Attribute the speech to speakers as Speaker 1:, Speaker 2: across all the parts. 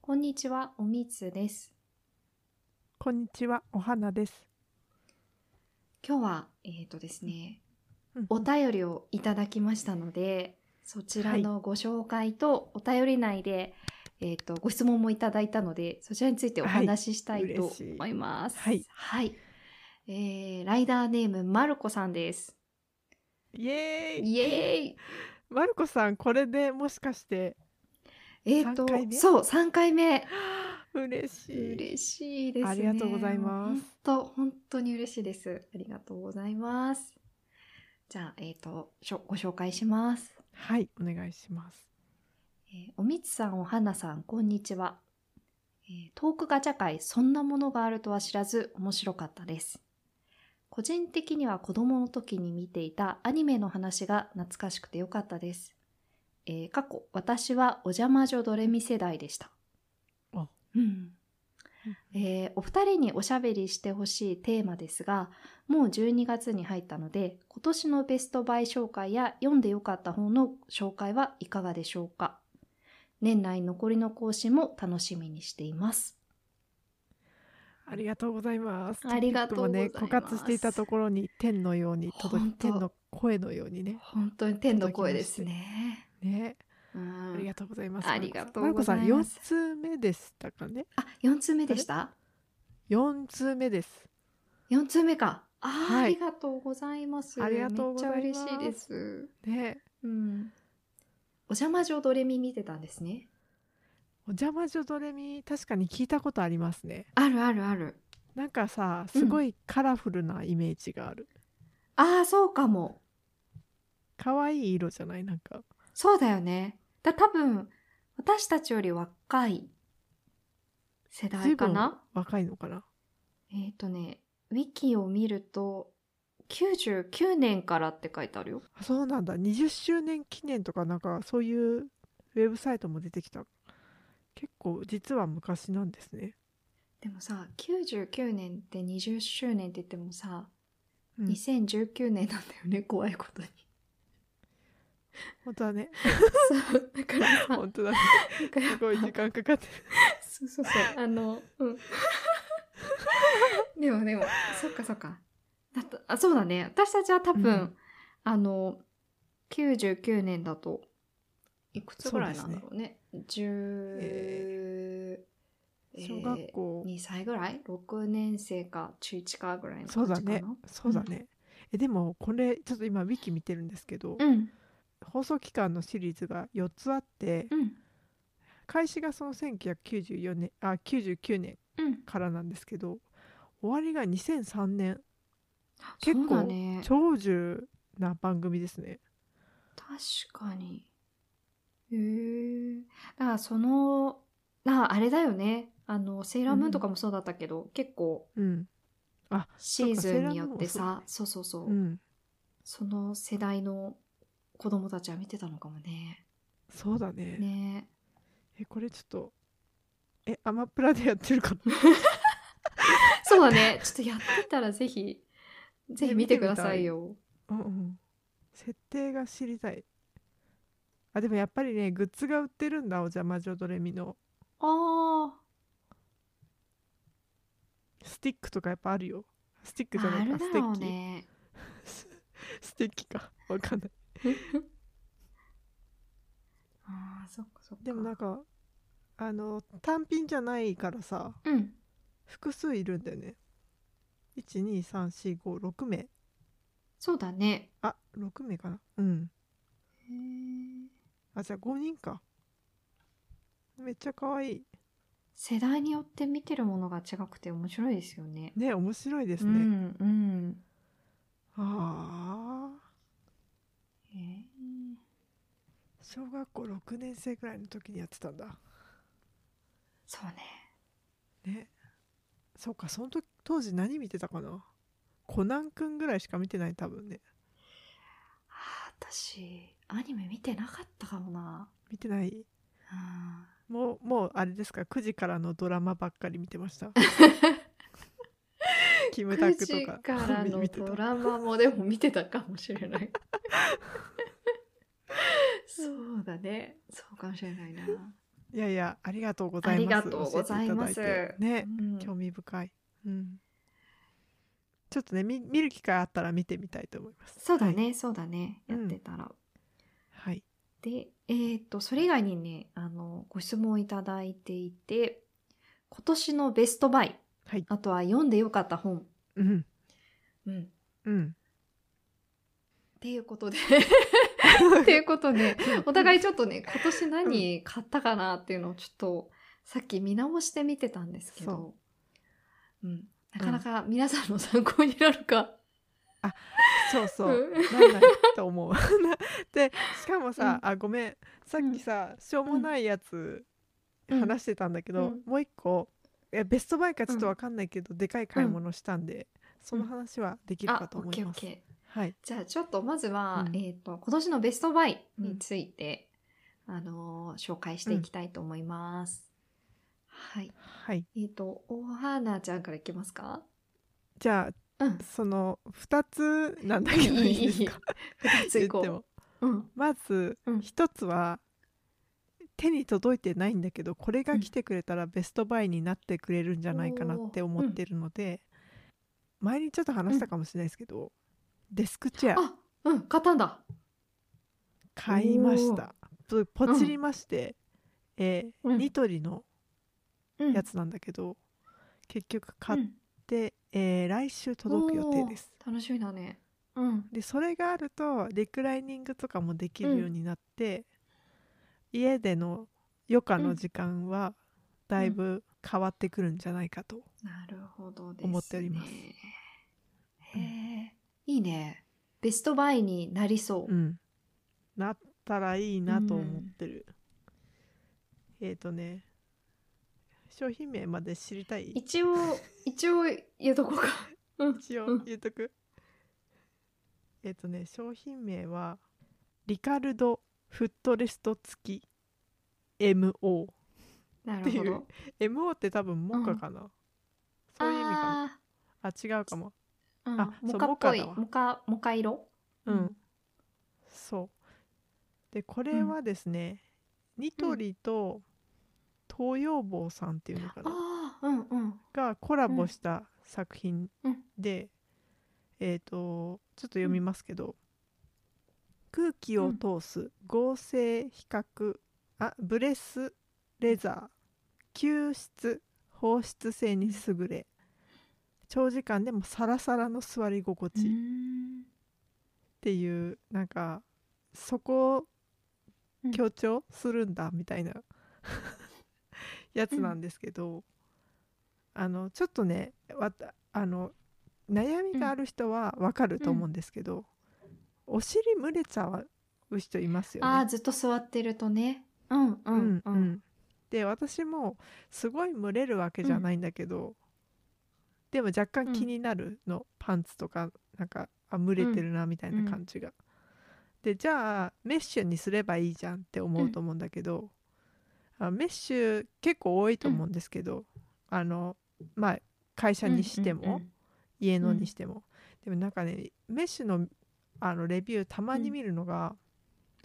Speaker 1: こんにちは、おみつです。
Speaker 2: こんにちは、お花です。
Speaker 1: 今日は、えっ、とですね、
Speaker 2: うん
Speaker 1: お便りをいただきましたので、そちらのご紹介とお便り内で、えっ、と、ご質問もいただいたので、そちらについてお話ししたいと
Speaker 2: はい嬉しい
Speaker 1: 思います。
Speaker 2: はい
Speaker 1: はい。えー、ライダーネーム、まるこさんです。
Speaker 2: イエーイ。
Speaker 1: イエーイ
Speaker 2: マルコさん、これでもしかして
Speaker 1: えっ、と
Speaker 2: 三回、目
Speaker 1: そう、3回目。
Speaker 2: 嬉し い。
Speaker 1: 嬉しいですね。
Speaker 2: ありがとうございます
Speaker 1: 本当本当に嬉しいです。ありがとうございます。じゃあえっ、としょご紹介します。
Speaker 2: はい、お願いします。
Speaker 1: えーおみつさん、おはなさん、こんにちは、えートークガチャ会、そんなものがあるとは知らず、面白かったです。個人的には子供の時に見ていたアニメの話が懐かしくてよかったです。えー過去、私はお邪魔女ドレミ世代でした。
Speaker 2: あ
Speaker 1: うん。えーお二人におしゃべりしてほしいテーマですが、もう12月に入ったので、今年のベストバイ紹介や読んでよかった本の紹介はいかがでしょうか年内残りの更新も楽しみにしています。
Speaker 2: ありがとうございます。
Speaker 1: ありがとうございます
Speaker 2: トピックもね、枯渇していたところに天のように届
Speaker 1: ほん
Speaker 2: き、
Speaker 1: と
Speaker 2: 天の声のようにね。
Speaker 1: 本当に天の声ですね。
Speaker 2: ね、
Speaker 1: う
Speaker 2: あり
Speaker 1: ん、
Speaker 2: がとうございます。
Speaker 1: ありがとうございます
Speaker 2: マルコさん、四通目でしたかね。
Speaker 1: あ、4通目でした
Speaker 2: 四通目です。
Speaker 1: ?4 通目か。あー、
Speaker 2: はい
Speaker 1: ありがとうございます。
Speaker 2: ありがとうございます
Speaker 1: めっちゃ嬉しいです。
Speaker 2: ね、
Speaker 1: うん。お邪魔女ドレミ見てたんですね。
Speaker 2: お邪魔女ドレミ、確かに聞いたことありますね。
Speaker 1: あるあるある。
Speaker 2: なんかさ、すごいカラフルなイメージがある。
Speaker 1: ああ、そうかも。
Speaker 2: 可愛い色じゃないなんか。
Speaker 1: そうだよね。だ多分、私たちより若い世代かな
Speaker 2: 若いのかな
Speaker 1: えっ、とね、ウィキを見ると、99年からって書いてあるよ。
Speaker 2: あそうなんだ20周年記念とかなんかそういうウェブサイトも出てきた結構実は昔なんですね、
Speaker 1: でもさ、99年って20周年って言ってもさ、
Speaker 2: うん、
Speaker 1: 2019年なんだよね、怖いこと に。
Speaker 2: 本当だね
Speaker 1: そう、だからさ、
Speaker 2: 本当だね
Speaker 1: だから
Speaker 2: すごい時間かかって
Speaker 1: そうそう そう、あの、うん。でもでも、そっかそっか。だとあそうだね、私たちは多分、
Speaker 2: うん
Speaker 1: あの、99年だと、いくつぐらいなんだろうね。10、えー
Speaker 2: る小学校、
Speaker 1: 2歳ぐらい ?6 年生か中1かぐらいの
Speaker 2: そ
Speaker 1: 感
Speaker 2: うだ
Speaker 1: じかな
Speaker 2: ねそうだね、えでもこれちょっと今ウィキ見てるんですけど、
Speaker 1: うん
Speaker 2: 放送期間のシリーズが4つあって
Speaker 1: うん
Speaker 2: 開始がその1994年あ99年
Speaker 1: うん
Speaker 2: からなんですけど終わりが2003年結構
Speaker 1: そうだね
Speaker 2: 長寿な番組ですね
Speaker 1: 確かにへえだからそのああれだよねあのセーラームーンとかもそうだったけど、結構
Speaker 2: うん
Speaker 1: シーズンによってさそうそうそう、
Speaker 2: うん
Speaker 1: その世代の子供たちは見てたのかもね
Speaker 2: そうだね
Speaker 1: ね
Speaker 2: えこれちょっとえアマプラでやってるかな
Speaker 1: そうだねちょっとやってたらぜ ひぜひ見てくださいよ
Speaker 2: うん、うん、設定が知りたいあでもやっぱりねグッズが売ってるんだお邪魔女ドレミの
Speaker 1: ああ
Speaker 2: スティックとかやっぱあるよスティックじゃな
Speaker 1: あ
Speaker 2: い
Speaker 1: る
Speaker 2: か
Speaker 1: だ
Speaker 2: ステ
Speaker 1: ろう
Speaker 2: ッキ、
Speaker 1: ね
Speaker 2: ステッキ かわかんない
Speaker 1: ああそっかそっか
Speaker 2: でもなんかあの単品じゃないからさ
Speaker 1: うん
Speaker 2: 複数いるんだよね12345名
Speaker 1: そうだね
Speaker 2: あ6名かなうん
Speaker 1: へー
Speaker 2: あじゃあ5人かめっちゃ可愛い
Speaker 1: 世代によって見てるものが違くて面白いですよね
Speaker 2: ね面白いです
Speaker 1: う
Speaker 2: ね、
Speaker 1: んうん
Speaker 2: ああ
Speaker 1: へー
Speaker 2: 小学校6年生ぐらいの時にやってたんだ
Speaker 1: そうね
Speaker 2: ねそうかその時当時何見てたかなコナンくんぐらいしか見てない多分ね
Speaker 1: あー私アニメ見てなかったかもな
Speaker 2: 見てない
Speaker 1: うん
Speaker 2: もうもうあれですか9時からのドラマばっかり見てました キムタ
Speaker 1: 9
Speaker 2: クと
Speaker 1: 時
Speaker 2: か
Speaker 1: からの
Speaker 2: 見て
Speaker 1: ド
Speaker 2: た
Speaker 1: ラマもでも見てたかもしれないそうだねそうかもしれないな
Speaker 2: いやいや、ありがとうございます。
Speaker 1: ありがとうございます
Speaker 2: 教えていただいてね、
Speaker 1: うん
Speaker 2: 興味深い。うん。ちょっとね、み見る機会あったら見てみたいと思います。
Speaker 1: そうだね、そうだねやってたら、
Speaker 2: はい。はい。
Speaker 1: で、えーっと、それ以外にね、あの、ご質問いただいていて、今年のベストバイ、
Speaker 2: はい
Speaker 1: あとは読んでよかった本、
Speaker 2: うん。
Speaker 1: うん、っ
Speaker 2: うん。
Speaker 1: ていう ことで、っていうことで、お互いちょっとね、今年何買ったかなっていうのをちょっと、さっき見直してみてたんですけど
Speaker 2: そ、
Speaker 1: うん、なかなか皆さんの参考になるか、
Speaker 2: そうそうう。
Speaker 1: ん
Speaker 2: なんないと思う。 で、しかもさ、あ、ごめん。さっきさ、しょうもないやつ
Speaker 1: うん
Speaker 2: 話してたんだけど、
Speaker 1: うん
Speaker 2: もう一個、いや、ベストバイかちょっとわかんないけど、でかい買い物したんで、その話はできるか
Speaker 1: あ、
Speaker 2: と
Speaker 1: オッ
Speaker 2: 思
Speaker 1: ケ
Speaker 2: い
Speaker 1: ーオ
Speaker 2: ま
Speaker 1: ッ
Speaker 2: す。
Speaker 1: ケー。
Speaker 2: はい。
Speaker 1: じゃあちょっとまずは、
Speaker 2: うん
Speaker 1: えっ、と、今年のベストバイについて、あのー紹介していきたいと思います。はい。
Speaker 2: はい。
Speaker 1: えっ、と、おはなちゃんからいきますか
Speaker 2: じゃあ、
Speaker 1: うん。
Speaker 2: その2つなんだけど いいですか
Speaker 1: 二つ
Speaker 2: 言
Speaker 1: い
Speaker 2: っ
Speaker 1: こ
Speaker 2: て
Speaker 1: う。
Speaker 2: も
Speaker 1: うん。
Speaker 2: まず
Speaker 1: うん
Speaker 2: 1つは手に届いてないんだけどこれが来てくれたらベストバイになってくれるんじゃないかなって思ってるので、前にちょっと話したかもしれないですけど、デスクチェア
Speaker 1: あ、うん、買ったんだ。
Speaker 2: 買いましたぽポチりまして、えー
Speaker 1: うん
Speaker 2: ニトリの
Speaker 1: うん。
Speaker 2: やつなんだけど、結局買っ
Speaker 1: うん
Speaker 2: て、えー来週届く予定です
Speaker 1: おー楽しみだね。うん。
Speaker 2: でそれがあるとリクライニングとかもできるようになって、家での余暇の時間はだいぶ変わってくるんじゃないかと、
Speaker 1: なるほどです、ね。
Speaker 2: 思っております
Speaker 1: へえ、いいね。ベストバイになりそう。
Speaker 2: うんなったらいいなと思ってる、えっ、とね商品名まで知りたい
Speaker 1: 一応、一応言うとこうか。うん。
Speaker 2: 一
Speaker 1: う
Speaker 2: 応
Speaker 1: ん
Speaker 2: 言っとく、えっ、とね商品名はリカルドフットレスト付き MO
Speaker 1: なるほ
Speaker 2: ってい
Speaker 1: ど
Speaker 2: う。MO って多分モカかな、そういう意味かなあ違うかも
Speaker 1: あーうん
Speaker 2: あそう
Speaker 1: モカっぽい
Speaker 2: モカだわ
Speaker 1: モカモカ色
Speaker 2: うん、
Speaker 1: うん
Speaker 2: そうでこれはですね、ニトリと東洋坊さんっていうのかな、
Speaker 1: ああうんうん
Speaker 2: がコラボした作品
Speaker 1: うん
Speaker 2: で、えっ、とちょっと読みますけど、空気を通す合成比較あブレスレザー吸湿放出性に優れ長時間でもサラサラの座り心地、っていうなんかそこを
Speaker 1: うん
Speaker 2: 強調するんだみた いなやつなんですけど、あのちょっとねわたあの悩みがある人はわかると思うんですけど、お尻蒸れちゃう人いますよね。
Speaker 1: ああずっと座ってるとねうんう
Speaker 2: うんん
Speaker 1: う
Speaker 2: うんん、で私もすごい蒸れるわけじゃないんだけど、でも若干気になるの、パンツとかなんかあ蒸れてるなみたいな感じが。でじゃあメッシュにすればいいじゃんって思うと思うんだけど、あメッシュ結構多いと思うんですけど、あのまあ会社にしても、
Speaker 1: うん
Speaker 2: 家のにしても、でもなんかねメッシュのあのレビューたまに見るのが、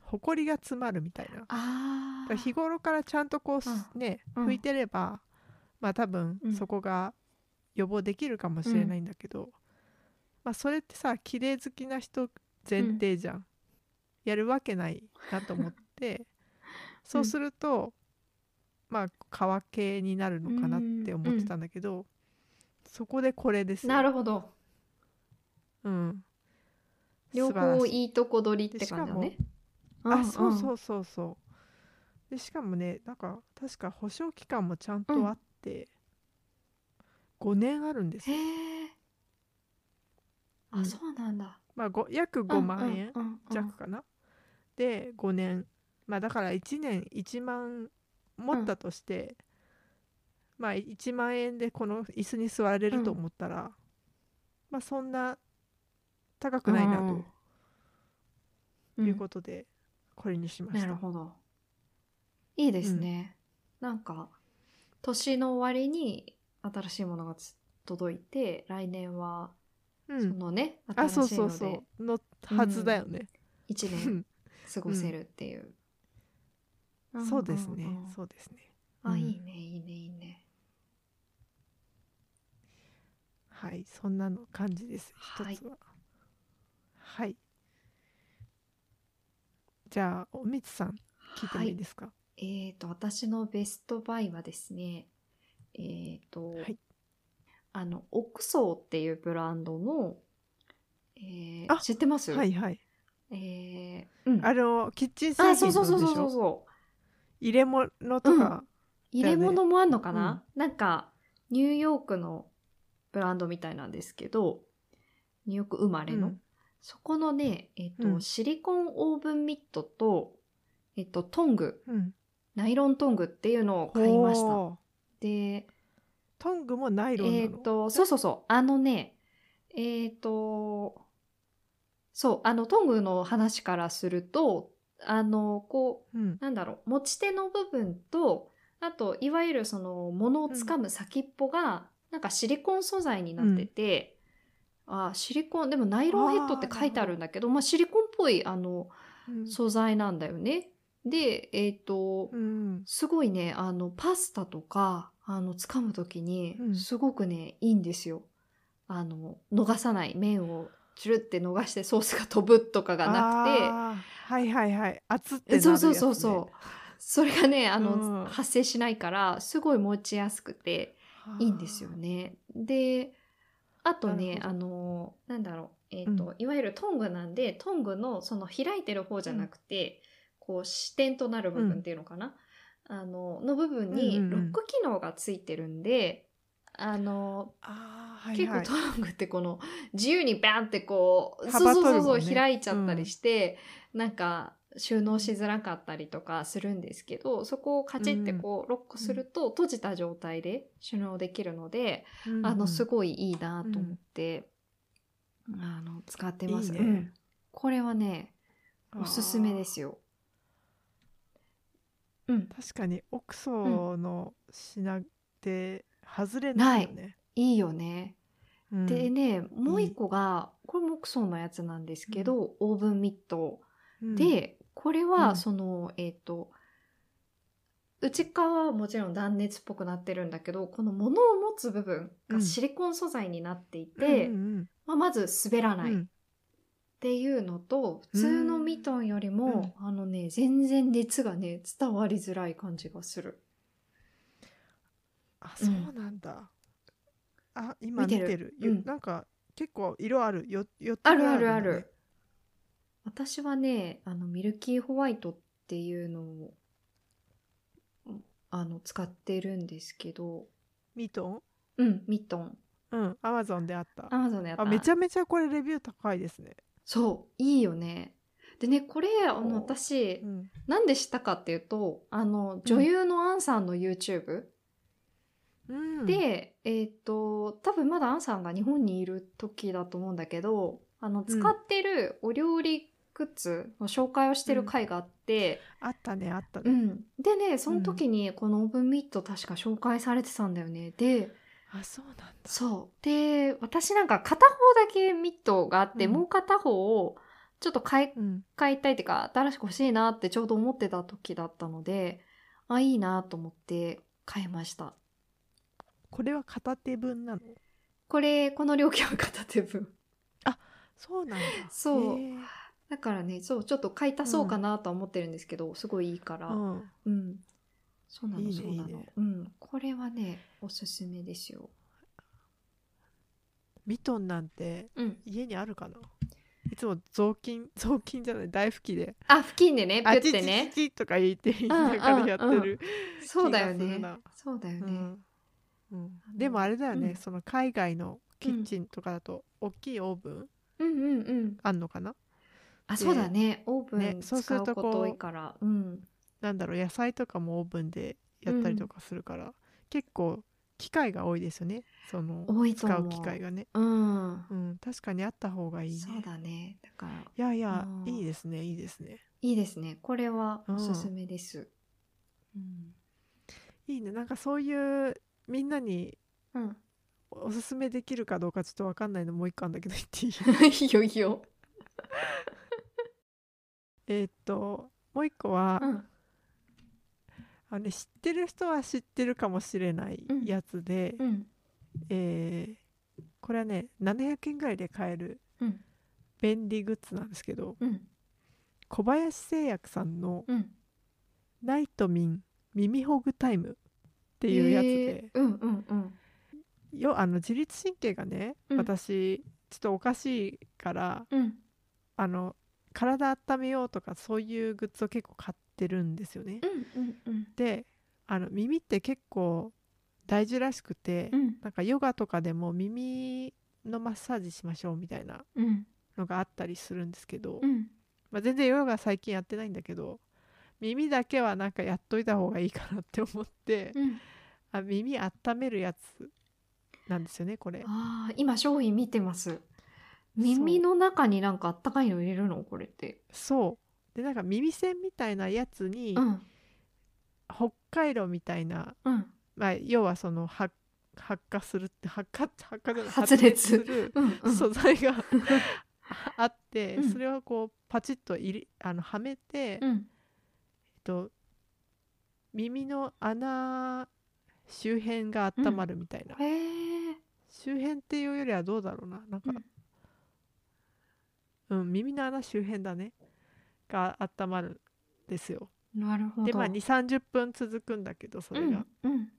Speaker 2: ほこりが詰まるみたいな。
Speaker 1: あ
Speaker 2: だか
Speaker 1: あ
Speaker 2: ら日頃からちゃんとこうす
Speaker 1: う
Speaker 2: ね
Speaker 1: うん
Speaker 2: 拭いてればまあ多分
Speaker 1: うん
Speaker 2: そこが予防できるかもしれないんだけど、まあそれってさ綺麗好きな人前提じゃん、やるわけないなと思って そうすると、まあ乾系になるのかなって思ってたんだけど、そこでこれですよ
Speaker 1: なるほど
Speaker 2: うん
Speaker 1: 両
Speaker 2: 素晴ら
Speaker 1: 方
Speaker 2: しい
Speaker 1: いいとこ取りって感じだね
Speaker 2: あそうそううそうそうでしかもねなんか確か保証期間もちゃんとあって、5年あるんです
Speaker 1: へ
Speaker 2: よ、
Speaker 1: え
Speaker 2: う
Speaker 1: あ
Speaker 2: ん
Speaker 1: そうなんだ
Speaker 2: まあ、ご約5万円
Speaker 1: うんうんうん
Speaker 2: 弱かな、で5年まあだから1年1万持ったとして、まあ1万円でこの椅子に座れると思ったら、まあそんな高くないなと
Speaker 1: うん
Speaker 2: いうことで、これにしまし
Speaker 1: な
Speaker 2: た
Speaker 1: るほど。いいですね。なんか、年の終わりに新しいものがつ届いて、来年は、
Speaker 2: う
Speaker 1: そ
Speaker 2: ん
Speaker 1: のね、
Speaker 2: あ
Speaker 1: 新
Speaker 2: そう
Speaker 1: しい
Speaker 2: そう
Speaker 1: ので
Speaker 2: そうのはずだよね、
Speaker 1: 1
Speaker 2: う
Speaker 1: 年
Speaker 2: ん
Speaker 1: 過ごせるっていう。ん
Speaker 2: そうですね
Speaker 1: んん
Speaker 2: そうですね
Speaker 1: あ、
Speaker 2: うん
Speaker 1: いいねいいねいいね
Speaker 2: はいそんなの感じです
Speaker 1: はい
Speaker 2: 一つははい、じゃあおみつさん聞いてもいいですか
Speaker 1: えっ、と私のベストバイはですねえっ、と、
Speaker 2: はい
Speaker 1: あのオクソーっていうブランドの、えー
Speaker 2: あ
Speaker 1: 知ってます、
Speaker 2: はいはい
Speaker 1: えーうん、
Speaker 2: あのキッチン製
Speaker 1: あ
Speaker 2: 品
Speaker 1: そう
Speaker 2: の
Speaker 1: そうそうそう
Speaker 2: でし
Speaker 1: そう
Speaker 2: ょ
Speaker 1: そう
Speaker 2: 入れ物とか、
Speaker 1: 入れ物もあんのかな、なんかニューヨークのブランドみたいなんですけどニューヨーク生まれの、
Speaker 2: うん
Speaker 1: そこのね、えっと
Speaker 2: うん
Speaker 1: シリコンオーブンミットと、えっと、トング
Speaker 2: うん
Speaker 1: ナイロントングっていうのを買いました
Speaker 2: ほう
Speaker 1: で
Speaker 2: トングもナイロンな
Speaker 1: えっ
Speaker 2: の、
Speaker 1: とそうそうそうあのねえっとそうあのトングの話からするとあのこう
Speaker 2: うん
Speaker 1: なんだろう持ち手の部分とあといわゆるその物をつかむ先っぽが、なんかシリコン素材になってて、あーシリコンでもナイロンヘッドって書いてあるんだけどまあ、シリコンっぽいあの
Speaker 2: うん
Speaker 1: 素材なんだよね。でえっ、と、
Speaker 2: うん
Speaker 1: すごいねあのパスタとかあの掴む時に
Speaker 2: うん
Speaker 1: すごくね、いいんですよ。あの逃さない麺をチュルって逃してソースが飛ぶとかがなくて。
Speaker 2: あーはいはいはい熱ってなるやつ、
Speaker 1: そ
Speaker 2: ね、
Speaker 1: うそうそうそうそれがねあの、
Speaker 2: うん
Speaker 1: 発生しないからすごい持ちやすくて
Speaker 2: あー
Speaker 1: いいんですよね。であとね
Speaker 2: な
Speaker 1: あのなんだろう、えーと
Speaker 2: う
Speaker 1: いわゆるトングなんでトングのその開いてる方じゃなくて、こう支点となる部分っていうのかな、あのの部分に
Speaker 2: うんうん
Speaker 1: ロ
Speaker 2: うん
Speaker 1: ック機能がついてるんで、あの
Speaker 2: あーはい
Speaker 1: 結構
Speaker 2: はい
Speaker 1: トングってこの自由にバンってこう、そう
Speaker 2: 幅
Speaker 1: そう
Speaker 2: 取
Speaker 1: そ
Speaker 2: る
Speaker 1: うそ
Speaker 2: も
Speaker 1: うん
Speaker 2: ね
Speaker 1: 開いちゃったりして、なんか収納しづらかったりとかするんですけどそこをカチッてこうロックすると閉じた状態で収納できるので、
Speaker 2: うん
Speaker 1: あ
Speaker 2: う
Speaker 1: の
Speaker 2: ん
Speaker 1: すごいいいなと思って、あの使ってます
Speaker 2: いいね
Speaker 1: うんこれはね
Speaker 2: あー
Speaker 1: おすすめですよ。うん、
Speaker 2: 確かに奥層の品って外れないよね。
Speaker 1: いいよね。
Speaker 2: うん
Speaker 1: でね、もう
Speaker 2: い
Speaker 1: 一個がこれもクソンのやつなんですけど、オーブンミット、
Speaker 2: うん
Speaker 1: でこれ
Speaker 2: う
Speaker 1: は
Speaker 2: ん
Speaker 1: その、えっ、と内側はもちろん断熱っぽくなってるんだけどこの物を持つ部分
Speaker 2: う
Speaker 1: が
Speaker 2: ん
Speaker 1: シリコン素材になっていて、
Speaker 2: うんうん
Speaker 1: まあ、まず滑ら
Speaker 2: うん
Speaker 1: ないっ
Speaker 2: うん
Speaker 1: ていうのと、普通のミトンよりも、あのね全然熱がね伝わりづらい感じがする。
Speaker 2: あそうなんだ。あ今
Speaker 1: 見
Speaker 2: 見
Speaker 1: てる
Speaker 2: てるゆ
Speaker 1: うん
Speaker 2: なんか結構色あるよよ
Speaker 1: あるあるあ
Speaker 2: んだね
Speaker 1: る。私はね、あのミルキーホワイトっていうのをあの使ってるんですけど、
Speaker 2: ミトン
Speaker 1: うん、ミトン、
Speaker 2: うんアマゾンであった。
Speaker 1: アマゾンでやった。
Speaker 2: あめちゃめちゃこれレビュー高いですね。
Speaker 1: そう、いいよね。でね、これあの
Speaker 2: お
Speaker 1: 私
Speaker 2: う、ん
Speaker 1: なんで知ったかっていうと、あの女優のアンさんの YouTube
Speaker 2: うん、
Speaker 1: で、えっ、と多分まだアンさんが日本にいる時だと思うんだけど、あの使ってるお料理グッズの紹介をしてる回があって。
Speaker 2: あったねあった
Speaker 1: う
Speaker 2: ね。
Speaker 1: ん、でねその時にこのオーブンミット確か紹介されてたんだよねで
Speaker 2: あそうなんだ。
Speaker 1: そうで私なんか片方だけミットがあって、
Speaker 2: うん
Speaker 1: もう片方をちょっと買い
Speaker 2: うん
Speaker 1: 買いたいっていうか新しく欲しいなってちょうど思ってた時だったのであいいなと思って買いました
Speaker 2: これは片手分なの。
Speaker 1: これこの料金は片手分
Speaker 2: そうなんだ。
Speaker 1: そう
Speaker 2: へえ
Speaker 1: だからねそうちょっと買い足そうかなとは思ってるんですけど、すごいいいから
Speaker 2: う
Speaker 1: うん、
Speaker 2: ん。
Speaker 1: そうなの
Speaker 2: いいね
Speaker 1: そうなの
Speaker 2: いいね
Speaker 1: うんこれはねおすすめですよ
Speaker 2: ミトンなんて
Speaker 1: うん
Speaker 2: 家にあるかないつも雑巾 雑巾じゃない大拭きで
Speaker 1: あ付近でね
Speaker 2: 「
Speaker 1: ピ
Speaker 2: あ
Speaker 1: ュ
Speaker 2: っ
Speaker 1: っ
Speaker 2: ち
Speaker 1: て
Speaker 2: ち
Speaker 1: ね
Speaker 2: ちち」とか言って言いながらやってる、
Speaker 1: そうだよ
Speaker 2: 気がす
Speaker 1: ね
Speaker 2: るな。
Speaker 1: そうだよね。
Speaker 2: うんうんでもあれだよね、
Speaker 1: うん
Speaker 2: その海外のキッチンとかだと大きいオーブン
Speaker 1: うんうんうん。
Speaker 2: あんのかな
Speaker 1: あ、
Speaker 2: で
Speaker 1: そうだね。オーブン
Speaker 2: ねそうす
Speaker 1: 使
Speaker 2: る
Speaker 1: う
Speaker 2: と
Speaker 1: こと
Speaker 2: こう
Speaker 1: 多いから。うん。
Speaker 2: なんだろう野菜とかもオーブンでやったりとかするから、結構機械が多いですよねその
Speaker 1: 多いと
Speaker 2: 使
Speaker 1: 思う。
Speaker 2: う機会がね、
Speaker 1: うん。
Speaker 2: うん、確かにあった方がいいね
Speaker 1: そうだね。だから
Speaker 2: いやいや
Speaker 1: うん
Speaker 2: いいですねいいですね
Speaker 1: いいですね。これはおすすめです。うん。
Speaker 2: いいねなんかそういうみんなに
Speaker 1: うん。
Speaker 2: おすすめできるかどうかちょっとわかんないのもう一個あんだけど言 ってい
Speaker 1: い
Speaker 2: い
Speaker 1: いよいいよ。
Speaker 2: えーっともう一個は、
Speaker 1: うん。
Speaker 2: あのね、知ってる人は知ってるかもしれない
Speaker 1: うん
Speaker 2: やつで、
Speaker 1: うん
Speaker 2: えーこれはね700円ぐらいで買える
Speaker 1: うん
Speaker 2: 便利グッズなんですけど
Speaker 1: うん
Speaker 2: 小林製薬さんの
Speaker 1: うんっ
Speaker 2: 「ナイトミン耳ほぐタイム」っていうやつで、
Speaker 1: うんうんうん
Speaker 2: よあの自律神経がね、
Speaker 1: うん
Speaker 2: 私ちょっとおかしいから
Speaker 1: うん
Speaker 2: あの体温めようとかそういうグッズを結構買ってるんですよね。
Speaker 1: うんうんうん
Speaker 2: であの耳って結構大事らしくて、
Speaker 1: うん
Speaker 2: なんかヨガとかでも耳のマッサージしましょうみたいな
Speaker 1: うん
Speaker 2: のがあったりするんですけど、
Speaker 1: うん
Speaker 2: まあ、全然ヨガ最近やってないんだけど耳だけはなんかやっといた方がいいかなって思って、
Speaker 1: うん
Speaker 2: あ耳温めるやつなんですよねこれ。
Speaker 1: ああ今商品見てます耳の中になんかあったかいの入れるのこれって
Speaker 2: そうでなんか耳栓みたいなやつに、
Speaker 1: うん
Speaker 2: 北海道みたいな、
Speaker 1: うん
Speaker 2: まあ、要はその発発火するって発火発火じゃない
Speaker 1: 発熱
Speaker 2: する
Speaker 1: うんうん
Speaker 2: 素材 があって、
Speaker 1: うん
Speaker 2: それをこうパチッと入れあのはめて、えっ
Speaker 1: うん
Speaker 2: と、耳の穴周辺が温まるみたいな、
Speaker 1: へえ
Speaker 2: 周辺っていうよりはどうだろうななんか、うん耳の穴周辺だねが温まるんですよ
Speaker 1: なるほど
Speaker 2: でまあ2 3 0分続くんだけどそれが、
Speaker 1: うんうん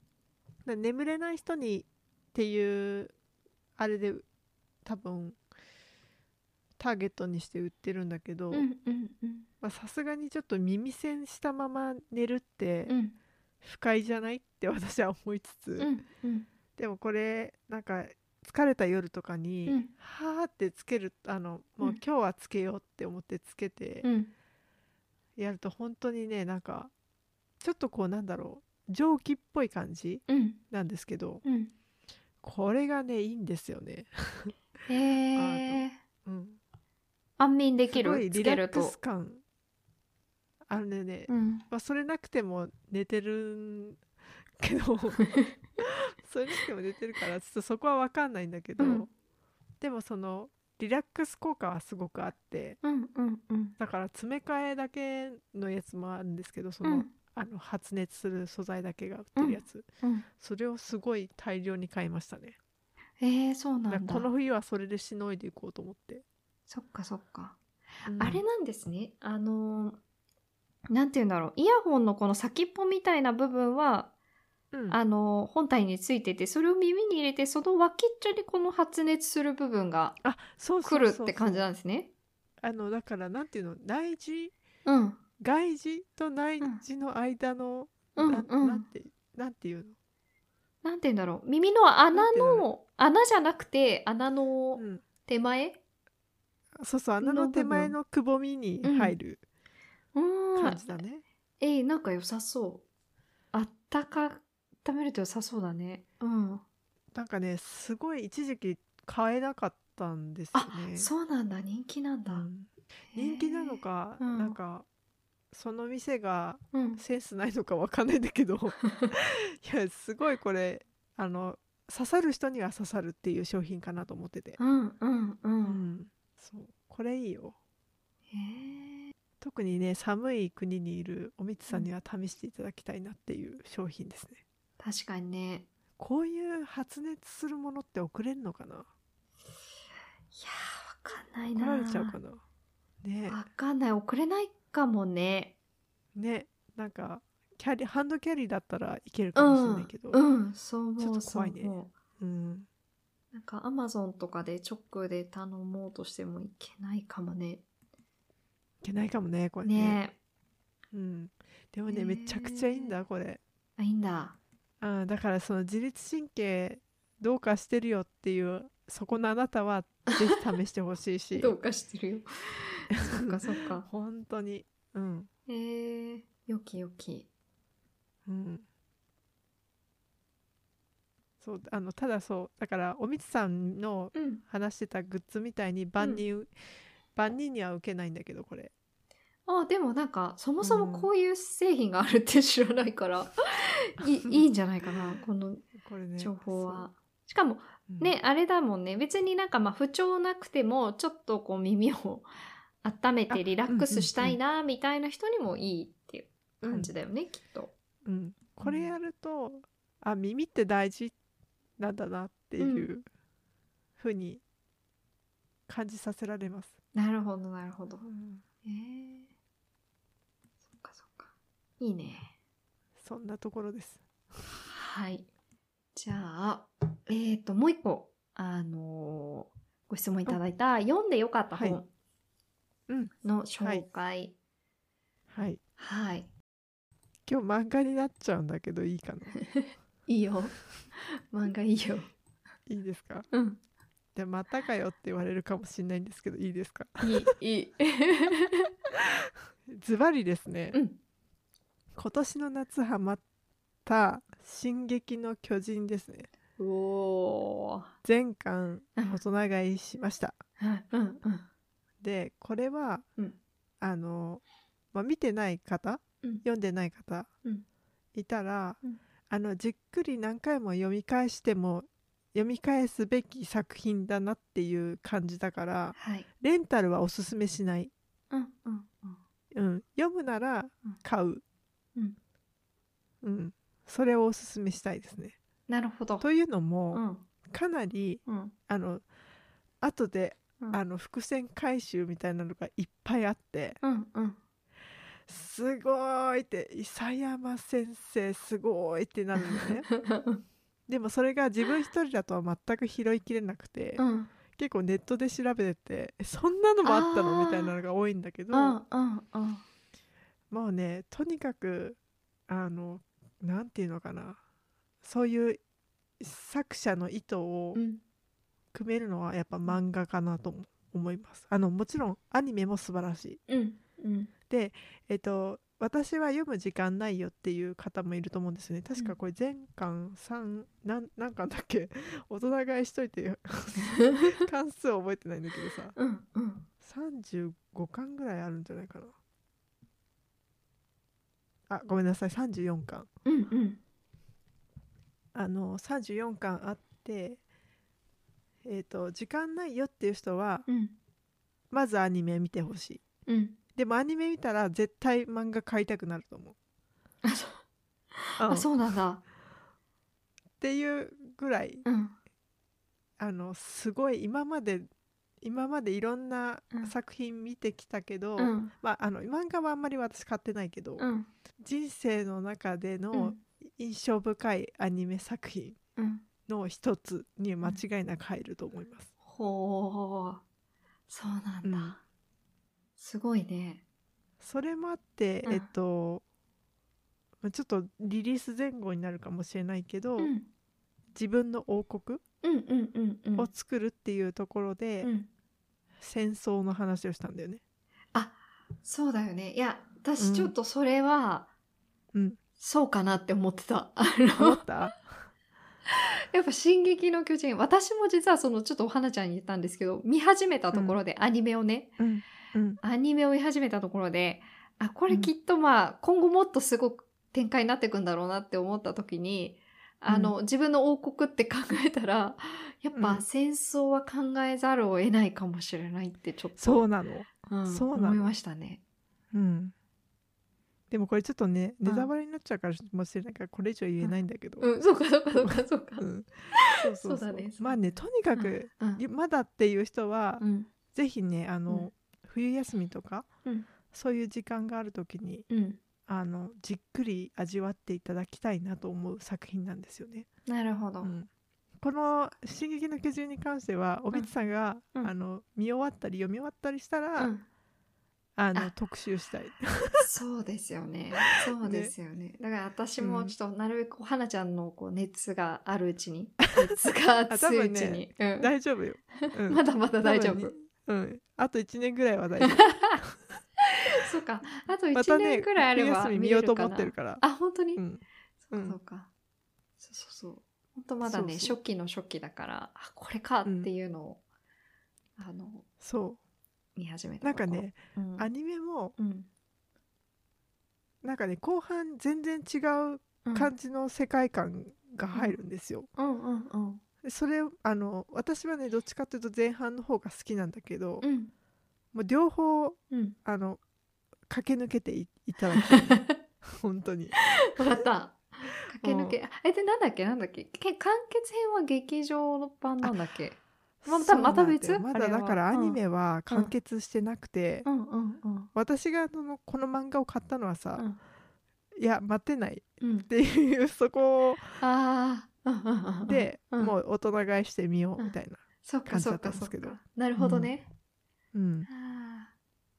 Speaker 2: で眠れない人にっていうあれで多分ターゲットにして売ってるんだけど
Speaker 1: うんうんうん
Speaker 2: まあさすがにちょっと耳栓したまま寝るって
Speaker 1: うん
Speaker 2: 不快じゃないって私は思いつつ、
Speaker 1: うんうん
Speaker 2: でもこれなんか疲れた夜とかに、
Speaker 1: うん
Speaker 2: はーってつけるあのも
Speaker 1: う
Speaker 2: う
Speaker 1: ん
Speaker 2: 今日はつけようって思ってつけて
Speaker 1: うん
Speaker 2: やると本当にねなんかちょっとこうなんだろう蒸気っぽい感じ
Speaker 1: うん
Speaker 2: なんですけど
Speaker 1: うん
Speaker 2: これがねいいんですよね。
Speaker 1: へえ
Speaker 2: うん
Speaker 1: 安眠でき
Speaker 2: すごい
Speaker 1: るつ
Speaker 2: リ
Speaker 1: け
Speaker 2: ラッ
Speaker 1: る
Speaker 2: ク
Speaker 1: と
Speaker 2: ス感あるね、
Speaker 1: うん
Speaker 2: まあ、それなくても寝てるんけ どそれなくても寝てるからちょっとそこは分かんないんだけど、
Speaker 1: うん
Speaker 2: でもそのリラックス効果はすごくあって
Speaker 1: うんうんうん
Speaker 2: だから詰め替えだけのやつもあるんですけどそうの,、
Speaker 1: ん
Speaker 2: あの発熱する素材だけが売ってるやつ、
Speaker 1: うん
Speaker 2: それをすごい大量に買いましたね
Speaker 1: えー、そうな
Speaker 2: だ
Speaker 1: んだ
Speaker 2: からこの冬はそれでしのいでいこうと思って、
Speaker 1: そっかそっか、
Speaker 2: うん
Speaker 1: あれなんですねあのーなんて言うんだろうイヤホンのこの先っぽみたいな部分は、
Speaker 2: うん
Speaker 1: あのー本体についててそれを耳に入れてその脇っちょにこの発熱する部分が
Speaker 2: あそうそ
Speaker 1: 来
Speaker 2: うそう
Speaker 1: る
Speaker 2: そ
Speaker 1: っ
Speaker 2: う
Speaker 1: て感じなんですね
Speaker 2: あのだからなんていうの内耳
Speaker 1: うん
Speaker 2: 外耳と内耳の間の、
Speaker 1: うん
Speaker 2: な
Speaker 1: うん
Speaker 2: なんてなんていう
Speaker 1: なんて言うんだろう耳の穴
Speaker 2: なんて言うんだ
Speaker 1: の穴じゃなくて穴
Speaker 2: の、
Speaker 1: の
Speaker 2: うん、
Speaker 1: 手前
Speaker 2: そうそう穴の手前のくぼみに入る
Speaker 1: うん
Speaker 2: 感じだね、
Speaker 1: えー、なんか良さそうあったか温めると良さそうだねうん
Speaker 2: なんかねすごい一時期買えなかったんですよね
Speaker 1: そうなんだ人気なんだ、
Speaker 2: うん人気なのか、
Speaker 1: うん
Speaker 2: なんかその店が
Speaker 1: へーうん
Speaker 2: センスないのかわかんないんだ けどいやすごいこれあの刺さる人には刺さるっていう商品かなと思ってて、
Speaker 1: うんうんう。
Speaker 2: うんん、そうこれいいよ
Speaker 1: へえ。
Speaker 2: 特にね寒い国にいるおみつさんには試していただきたいなっていう商品ですね、
Speaker 1: 確かにね。
Speaker 2: こういう発熱するものって送れるのかない
Speaker 1: やー、わかんない
Speaker 2: 来
Speaker 1: な。
Speaker 2: られちゃうかなね
Speaker 1: わかんない。送れないかもね。
Speaker 2: えねなんかキャリハンドキャリーだったらいける
Speaker 1: う
Speaker 2: かもしれない
Speaker 1: ん
Speaker 2: けど。
Speaker 1: うん、そう
Speaker 2: ちょ
Speaker 1: 思
Speaker 2: っ
Speaker 1: う。
Speaker 2: と怖いね
Speaker 1: そう思
Speaker 2: うん
Speaker 1: うなんか、アマゾンとかで直で頼もうとしてもいけないかもね。
Speaker 2: いけないかもねこれね
Speaker 1: ねえ。
Speaker 2: うん、でもね、
Speaker 1: ねえ
Speaker 2: めちゃくちゃいいんだこれ
Speaker 1: あ、いいんだ。
Speaker 2: あだからその自律神経どうかしてるよっていうそこのあなたはぜひ試してほしいし
Speaker 1: どうかしてるよ。そっかそっか。
Speaker 2: 本当にうん
Speaker 1: へえ。よきよき。
Speaker 2: うんそうあのただそうだからおみつさんの
Speaker 1: うん。
Speaker 2: 話してたグッズみたいに万人、万人には受けないんだけどこれ
Speaker 1: あ、でもなんか、そもそもこういう製品があるって知らない から、いいいいんじゃないかな、この
Speaker 2: これね
Speaker 1: 情報は。しかも
Speaker 2: そう、うん
Speaker 1: ね、あれだもんね別になんかまあ不調なくてもちょっとこう耳を温めてリラックスしたいなみたいな人にもいいっていう感じだよね、きっと。
Speaker 2: うん、これやると、あ耳って大事なんだなっていううふうに感じさせられます。
Speaker 1: なるほどなるほど
Speaker 2: うん
Speaker 1: ええそっかそっかいいね
Speaker 2: そんなところです。
Speaker 1: はいじゃあえっ、ともう一個あのーご質問いただいた読んでよかった
Speaker 2: は
Speaker 1: 本
Speaker 2: いうん
Speaker 1: の紹介
Speaker 2: はい、
Speaker 1: はい、
Speaker 2: 今日漫画になっちゃうんだけどいいかな。
Speaker 1: いいよ 漫画いいよ
Speaker 2: いいですか。
Speaker 1: うん
Speaker 2: でまたかよって言われるかもしれないんですけどいいですか。
Speaker 1: い いいい
Speaker 2: ズバリですね。
Speaker 1: うん
Speaker 2: 今年の夏ハマった進撃の巨人ですね。
Speaker 1: おお
Speaker 2: 前巻
Speaker 1: うん
Speaker 2: 大人買いしました。
Speaker 1: うんうん
Speaker 2: でこれは、
Speaker 1: うん
Speaker 2: あの、まあ、見てない方、
Speaker 1: うん
Speaker 2: 読んでない方、
Speaker 1: うん
Speaker 2: いたら、
Speaker 1: うん
Speaker 2: あのじっくり何回も読み返しても読み返すべき作品だなっていう感じだから
Speaker 1: はい
Speaker 2: レンタルはおすすめしない、
Speaker 1: うんうんうん
Speaker 2: うん、読むなら買う、
Speaker 1: うん
Speaker 2: うんそれをおすすめしたいですね。
Speaker 1: なるほど
Speaker 2: というのも、
Speaker 1: うん
Speaker 2: かなり
Speaker 1: うん
Speaker 2: あの後で、
Speaker 1: うん
Speaker 2: あの伏線回収みたいなのがいっぱいあって、
Speaker 1: うんうん
Speaker 2: すごいって諫山先生すごいってなるの ねでもそれが自分一人だとは全く拾いきれなくて、
Speaker 1: うん
Speaker 2: 結構ネットで調べててえそんなのもあった
Speaker 1: あー
Speaker 2: のみたいなのが多いんだけど
Speaker 1: うんうんうん
Speaker 2: もうねとにかくあのなんていうのかなそういう作者の意図を
Speaker 1: うん
Speaker 2: 組めるのはやっぱ漫画かなとも思います。あのもちろんアニメも素晴らしい
Speaker 1: うんうん
Speaker 2: えっと、私は読む時間ないよっていう方もいると思うんですよね。確かこれ前巻3、なん、何巻だっけ 大人買いしといて よ関数覚えてないんだけどさ、
Speaker 1: うんうん
Speaker 2: 35巻ぐらいあるんじゃないかな。あ、ごめんなさい、34巻。
Speaker 1: うんうん
Speaker 2: あの、34巻あって、えっと、時間ないよっていう人は、
Speaker 1: うん
Speaker 2: まずアニメ見てほしい。
Speaker 1: うん
Speaker 2: でもアニメ見たら絶対漫画買いたくなると思う。
Speaker 1: あそう
Speaker 2: うん
Speaker 1: あそうなんだ
Speaker 2: っていうぐらい
Speaker 1: うん
Speaker 2: あのすごい今まで今までいろんな
Speaker 1: うん
Speaker 2: 作品見てきたけど、
Speaker 1: うん
Speaker 2: まあ、あの漫画はあんまり私買ってないけど、
Speaker 1: うん
Speaker 2: 人生の中での印象深いアニメ作品
Speaker 1: うん
Speaker 2: の一つに間違いなく入ると思います。
Speaker 1: ほうそうなん
Speaker 2: うん
Speaker 1: だすごいね
Speaker 2: それもあって、
Speaker 1: うん
Speaker 2: えっとまあちょっとリリース前後になるかもしれないけど、
Speaker 1: うん
Speaker 2: 自分の王国
Speaker 1: うんうんうんうん
Speaker 2: を作るっていうところで、
Speaker 1: うん
Speaker 2: 戦争の話をしたんだ よね。
Speaker 1: そうだよねいや私
Speaker 2: うん
Speaker 1: ちょっとそれは
Speaker 2: うん、
Speaker 1: そうかなって思ってた あ
Speaker 2: 思
Speaker 1: の
Speaker 2: った、
Speaker 1: やっぱ「進撃の巨人」私も実はそのちょっとお花ちゃんに言ったんですけど見始めたところでアニメをね、
Speaker 2: うんうん
Speaker 1: アニメを見始めたところであこれきっとまあ、今後もっとすごく展開になっていくんだろうなって思った時にあの、自分の王国って考えたらやっ
Speaker 2: う
Speaker 1: ぱ
Speaker 2: ん
Speaker 1: 戦争は考えざるを得ないかもしれないってちょっと
Speaker 2: そうなの。
Speaker 1: うん
Speaker 2: そうなの
Speaker 1: 思いましたね。
Speaker 2: うん、でもこれちょっとね
Speaker 1: うん
Speaker 2: ネタバレになっちゃうかもしれないからこれ以上言えないんだけど、
Speaker 1: うん、そうかそうかそうかそうか。
Speaker 2: うんそうそ
Speaker 1: そ
Speaker 2: うそう
Speaker 1: だ
Speaker 2: う
Speaker 1: ね
Speaker 2: まあねとにかく、
Speaker 1: うん
Speaker 2: まだっていう人は、
Speaker 1: うん
Speaker 2: ぜひねあの、
Speaker 1: うん
Speaker 2: 冬休みとか、
Speaker 1: うん
Speaker 2: そういう時間がある時に
Speaker 1: うん、
Speaker 2: あのじっくり味わっていただきたいなと思う作品なんですよね。
Speaker 1: なるほど。
Speaker 2: うんこの「進撃の巨人」に関してはおみつさんが、
Speaker 1: うん
Speaker 2: あの見終わったり読み終わったりしたら、
Speaker 1: うん
Speaker 2: あの
Speaker 1: あ
Speaker 2: 特集したい。
Speaker 1: そうですよね。そうですよね。だから私もちょっとなるべくお花ちゃんのこう熱があるうち に、熱が熱いうちに、
Speaker 2: 大丈夫よ。う
Speaker 1: うんん、 まだまだ大丈夫。
Speaker 2: うん、あと1年ぐらいは 大丈夫。
Speaker 1: そうか。あと
Speaker 2: また
Speaker 1: 1
Speaker 2: ね
Speaker 1: 年くらいあれ
Speaker 2: 冬
Speaker 1: ば
Speaker 2: 休み見
Speaker 1: 見
Speaker 2: よ
Speaker 1: れ
Speaker 2: うと
Speaker 1: る
Speaker 2: 思
Speaker 1: かな。
Speaker 2: ってるから。
Speaker 1: あ、本当に、
Speaker 2: うん、
Speaker 1: そう
Speaker 2: う
Speaker 1: か
Speaker 2: ん
Speaker 1: そうか。そうそうそう。本当まだね、
Speaker 2: そうそう
Speaker 1: 初期の初期だから、あ、これかっていうのを、あの、
Speaker 2: そ
Speaker 1: 見始め
Speaker 2: う。
Speaker 1: た
Speaker 2: なん
Speaker 1: とこ
Speaker 2: か
Speaker 1: ろ。
Speaker 2: ね、
Speaker 1: うん、
Speaker 2: アニメも、
Speaker 1: うん、
Speaker 2: なんかね、後半全然違う
Speaker 1: うん、
Speaker 2: 感じの世界観が入るんですよ。
Speaker 1: うんうんうん。
Speaker 2: でそれ、あの、私はね、どっちかというと前半の方が好きなんだけど、
Speaker 1: うん。
Speaker 2: もう両方、
Speaker 1: うん。
Speaker 2: あの、駆け抜けていいただきたい。本当に
Speaker 1: わかった。駆け抜け、あえ、で、なんだっけ、なんだっけ、け完結編は劇場版なんだっけ。また
Speaker 2: そうなんだ
Speaker 1: また
Speaker 2: よ
Speaker 1: 別
Speaker 2: ま
Speaker 1: あ
Speaker 2: だ
Speaker 1: れは
Speaker 2: だからアニメは完結してなくて、
Speaker 1: うんうんうん。
Speaker 2: 私がそのこの漫画を買ったのはさ、
Speaker 1: うん
Speaker 2: いや待てないっ
Speaker 1: うん、
Speaker 2: てい うそこ
Speaker 1: ああ、うんうんうん、
Speaker 2: で、
Speaker 1: うん
Speaker 2: もう大人買いしてみようみたいな、
Speaker 1: そっか
Speaker 2: 感じ
Speaker 1: そ
Speaker 2: だ
Speaker 1: っ
Speaker 2: った
Speaker 1: か
Speaker 2: んで
Speaker 1: そっ
Speaker 2: すけど
Speaker 1: か。なるほどね。
Speaker 2: うん、
Speaker 1: あ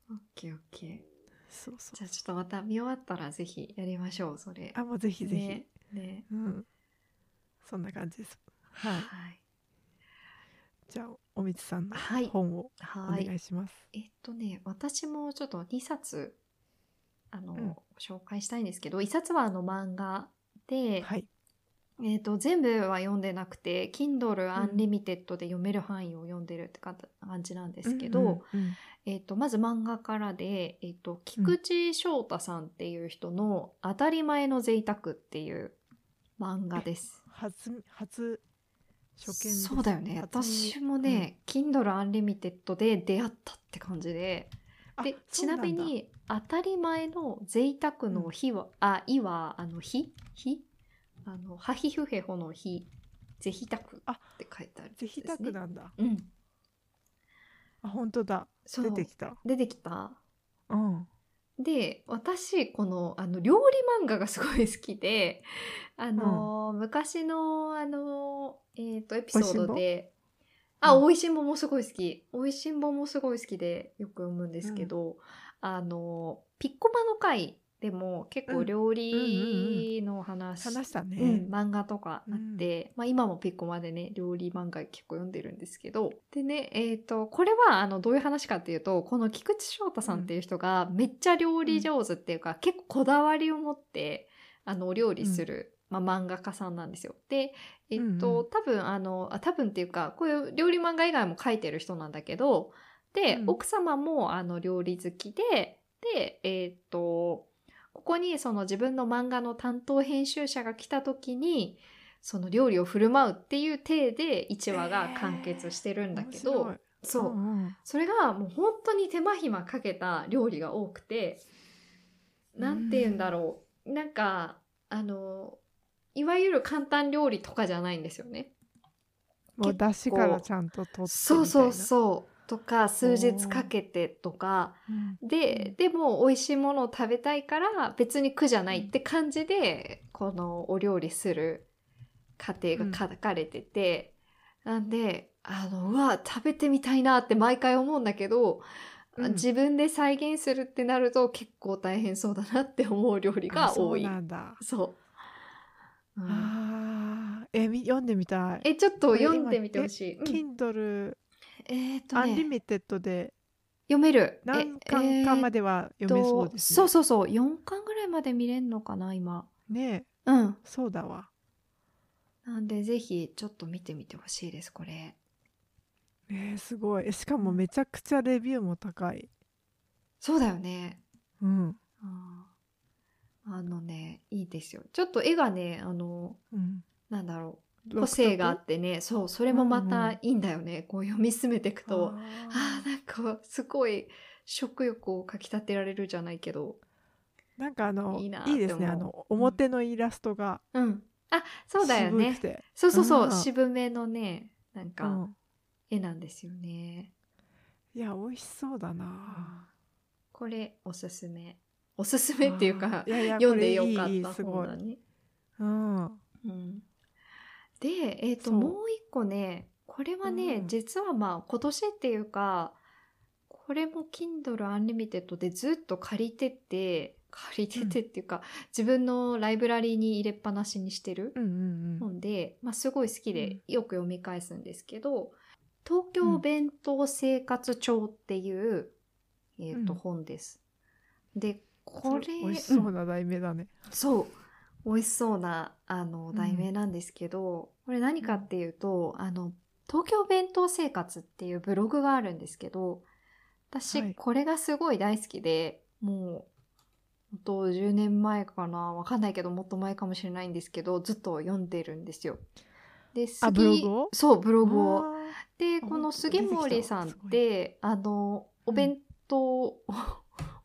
Speaker 1: あ、オッケーオッケー。
Speaker 2: そうそう
Speaker 1: じゃあちょっとまた見終わったらぜひやりましょう、それ。
Speaker 2: あもうぜひぜひ、
Speaker 1: ね。ね
Speaker 2: うん、そんな感じですはい
Speaker 1: はい。
Speaker 2: じゃあおみつさんの
Speaker 1: はい
Speaker 2: 本をお
Speaker 1: はい
Speaker 2: 願いします、
Speaker 1: えっとね、私もちょっと2冊、あの、
Speaker 2: うん
Speaker 1: ご紹介したいんですけど、1冊はあの漫画で、
Speaker 2: はい
Speaker 1: えっと、全部は読んでなくて、Kindle Unlimited で読める範囲を読んでるってか感じなんですけど、
Speaker 2: うんうん
Speaker 1: えっと、まず漫画からで、えっと、菊池翔太さんっていう人の「当たり前の贅沢っていう漫画です。
Speaker 2: 初初初見です
Speaker 1: そうだよね
Speaker 2: 初耳
Speaker 1: 私もね、Kindle Unlimited で出会ったって感じで
Speaker 2: あ
Speaker 1: で
Speaker 2: そ
Speaker 1: ち
Speaker 2: う
Speaker 1: なん
Speaker 2: だ
Speaker 1: みに「当たり前の贅沢の日は、あ「い」はあの「日」「日」あの「はひふへほの日」「ぜひたく」って書いてあるんです、
Speaker 2: ぜ
Speaker 1: ね。
Speaker 2: ひたくなんだ
Speaker 1: うん
Speaker 2: あ本当だ
Speaker 1: そう
Speaker 2: 出てきた
Speaker 1: 出てきた
Speaker 2: うん
Speaker 1: で私このあの料理漫画がすごい好きで あのー、昔のあのーえっ、とエピソードであ、
Speaker 2: うん
Speaker 1: おいしんぼもすごい好き。おいしんぼもすごい好きでよく読むんですけど、あのー、ピッコマの回でも結構料理の話、
Speaker 2: 話したね、
Speaker 1: うん、漫画とかあって、まあ、今もピッコマでね料理漫画結構読んでるんですけどでねえっ、とこれはあのどういう話かっていうとこの菊池翔太さんっていう人がめっちゃ料理上手っていうか、結構こだわりを持ってあのお料理する、まあ、漫画家さんなんですよ。でえっ、と、
Speaker 2: うんうん
Speaker 1: 多分あのあ多分っていうかこういう料理漫画以外も書いてる人なんだけどで、
Speaker 2: うん
Speaker 1: 奥様もあの料理好きででえっ、とここにその自分の漫画の担当編集者が来た時にその料理を振る舞うっていう体で1話が完結してるんだけど、
Speaker 2: 面白い
Speaker 1: そう、
Speaker 2: んん
Speaker 1: それがもう本当に手間暇かけた料理が多くてなんて言うんだろう、なんかあのいわゆる簡単料理とかじゃないんですよね。
Speaker 2: もう
Speaker 1: 結構
Speaker 2: 出汁からちゃんと取ってみたいな
Speaker 1: そうそうそうとか数日かけてとか
Speaker 2: うんう
Speaker 1: で
Speaker 2: ん
Speaker 1: でも美味しいものを食べたいから別に苦じゃないって感じでこのお料理する過程が書かれてて、なんであのうわ食べてみたいなって毎回思うんだけど、
Speaker 2: うん
Speaker 1: 自分で再現するってなると結構大変そうだなって思う料理
Speaker 2: あ
Speaker 1: が多い
Speaker 2: そうなんだ
Speaker 1: そう、うん
Speaker 2: あーえみ読んでみたい
Speaker 1: えちょっと
Speaker 2: これ今
Speaker 1: 読んでみてほしい、うん
Speaker 2: Kindle
Speaker 1: えーとね
Speaker 2: Unlimited で
Speaker 1: 読める
Speaker 2: 何巻かま
Speaker 1: で
Speaker 2: では読めそうですね
Speaker 1: そうそうそう4巻ぐらいまで見れるのかな今
Speaker 2: ねえ
Speaker 1: うん
Speaker 2: そうだわ
Speaker 1: なんでぜひちょっと見てみてほしいですこれ
Speaker 2: えー、すごいえしかもめちゃくちゃレビューも高い
Speaker 1: そうだよね
Speaker 2: うん
Speaker 1: あーあのねいいですよちょっと絵がねあの
Speaker 2: うん
Speaker 1: なんだろう
Speaker 2: 独
Speaker 1: 個
Speaker 2: 特
Speaker 1: 性があってねそうそれもまたいいんだよね、こう読み進めていくとあ
Speaker 2: あ
Speaker 1: ーなんかすごい食欲をかきたてられるじゃないけど
Speaker 2: ーなんかあの
Speaker 1: い
Speaker 2: い
Speaker 1: い
Speaker 2: い
Speaker 1: なって思う
Speaker 2: ですねあの表のイラストが
Speaker 1: うんあそうだよ
Speaker 2: 渋
Speaker 1: ね
Speaker 2: くて
Speaker 1: そうそうそううん渋めのねなん
Speaker 2: う
Speaker 1: か
Speaker 2: ん
Speaker 1: 絵なんですよね、
Speaker 2: いや美味しそうだな
Speaker 1: これおすすめおすすめっていうか
Speaker 2: あーいやいや
Speaker 1: 読んでよ
Speaker 2: これいい
Speaker 1: か
Speaker 2: いい
Speaker 1: った
Speaker 2: すご
Speaker 1: 本
Speaker 2: い
Speaker 1: だね
Speaker 2: うん
Speaker 1: うんで、えっと
Speaker 2: そう
Speaker 1: もう一個ねこれはね、
Speaker 2: うん
Speaker 1: 実はまあ今年っていうかこれも Kindle Unlimited でずっと借りてて借りててっていうか、自分のライブラリーに入れっぱなしにしてる
Speaker 2: うんうんうん
Speaker 1: 本で、まあ、すごい好きでよく読み返すんですけど「東
Speaker 2: う
Speaker 1: 京
Speaker 2: ん
Speaker 1: 弁当生活帳」っていう、えーと
Speaker 2: うん
Speaker 1: 本です。でこ
Speaker 2: そ
Speaker 1: れ
Speaker 2: 美味しそ
Speaker 1: うん
Speaker 2: うな題名だね、
Speaker 1: そう美味しそうなあの
Speaker 2: ん
Speaker 1: 題名なんですけど、これ何かっていうとあの東京弁当生活っていうブログがあるんですけど私、
Speaker 2: はい
Speaker 1: これがすごい大好きでもう本当10年前かなわかんないけどもっと前かもしれないんですけどずっと読んでるんですよ。で
Speaker 2: あ
Speaker 1: 杉
Speaker 2: ブログを
Speaker 1: そうブログを。
Speaker 2: あ
Speaker 1: で
Speaker 2: あ
Speaker 1: この
Speaker 2: 本当だ
Speaker 1: 杉森さんってあのお弁当、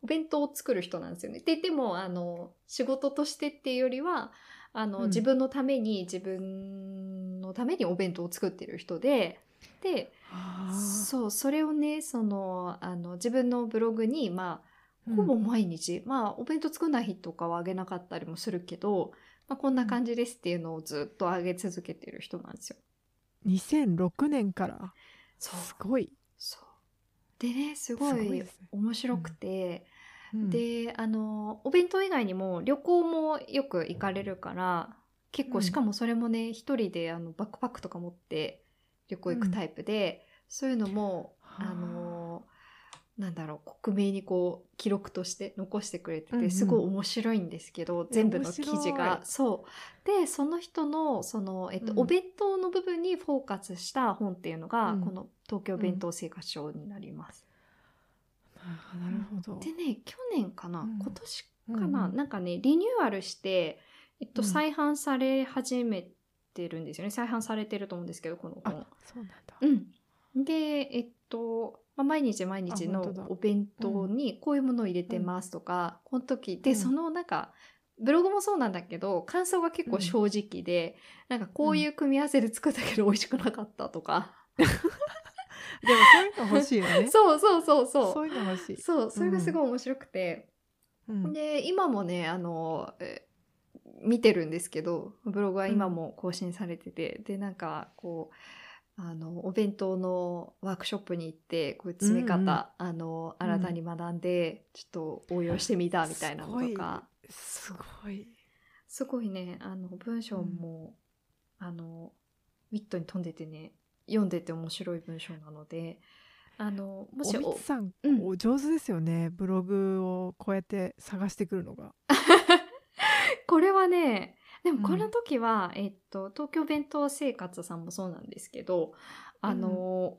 Speaker 1: お弁当を作る人なんですよね。って言ってもあの仕事としてっていうよりはあの、
Speaker 2: うん
Speaker 1: 自分のために自分のためにお弁当を作ってる人ででそうそれをねそのあの自分のブログにまあほぼ毎日、まあお弁当作んない日とかはあげなかったりもするけど、まあ、こんな感じですっていうのをずっとあげ続けてる人なんですよ。
Speaker 2: 2006年から
Speaker 1: そう
Speaker 2: すごい
Speaker 1: そうでねすご
Speaker 2: すごい
Speaker 1: い
Speaker 2: ですね
Speaker 1: 面白くて、
Speaker 2: うん
Speaker 1: であのお弁当以外にも旅行もよく行かれるから結
Speaker 2: う
Speaker 1: 構
Speaker 2: ん
Speaker 1: しかもそれもね一人であのバックパックとか持って旅行行くタイプで、そういうのも
Speaker 2: はあ
Speaker 1: あのなんだろう克明にこう記録として残してくれて
Speaker 2: うんう
Speaker 1: て
Speaker 2: ん
Speaker 1: すごい面白いんですけど、全部の記
Speaker 2: 面
Speaker 1: 事
Speaker 2: 白い
Speaker 1: がそうでその人のその、えっと
Speaker 2: うん
Speaker 1: お弁当の部分にフォーカスした本っていうのが、
Speaker 2: うん
Speaker 1: この「東京弁当生活賞」になります。
Speaker 2: あーなるほど
Speaker 1: でね去年かな、
Speaker 2: うん
Speaker 1: 今年かな、
Speaker 2: うん
Speaker 1: なんかねリニューアルして、えっと、
Speaker 2: うん
Speaker 1: 再販され始めてるんですよね、再販されてると思うんですけどこの
Speaker 2: あ
Speaker 1: 本。
Speaker 2: そうなんだ
Speaker 1: うん、でえっと、まあ、毎日毎日
Speaker 2: あ
Speaker 1: の
Speaker 2: 本当だ
Speaker 1: お弁当にこういうものを入れてますとか、この時で、
Speaker 2: うん
Speaker 1: そのなんかブログもそうなんだけど感想が結構正直で、なんかこういう組み合わせで作ったけど美味しくなかったとか、
Speaker 2: でもそういうの欲しいよ ね
Speaker 1: そうそうそうそう
Speaker 2: そういうの欲しい
Speaker 1: そうそれがすごい面白くて、
Speaker 2: うん
Speaker 1: で今もねあのえ見てるんですけどブログは今も更新されてて、でなんかこうあのお弁当のワークショップに行ってこういう詰め方、
Speaker 2: うんうん
Speaker 1: あの新たに学んで、ちょっと応用してみたみたいなのとか
Speaker 2: すごい
Speaker 1: すごいねあの文章も、あのウィットに飛んでてね読んでて面白い文章なのであのもし
Speaker 2: お
Speaker 1: お
Speaker 2: みつさん、
Speaker 1: うん
Speaker 2: お上手ですよねブログをこうやって探してくるのが
Speaker 1: これはねで
Speaker 2: うん
Speaker 1: もこの時は、えっと、東京弁当生活さんもそうなんですけどあの、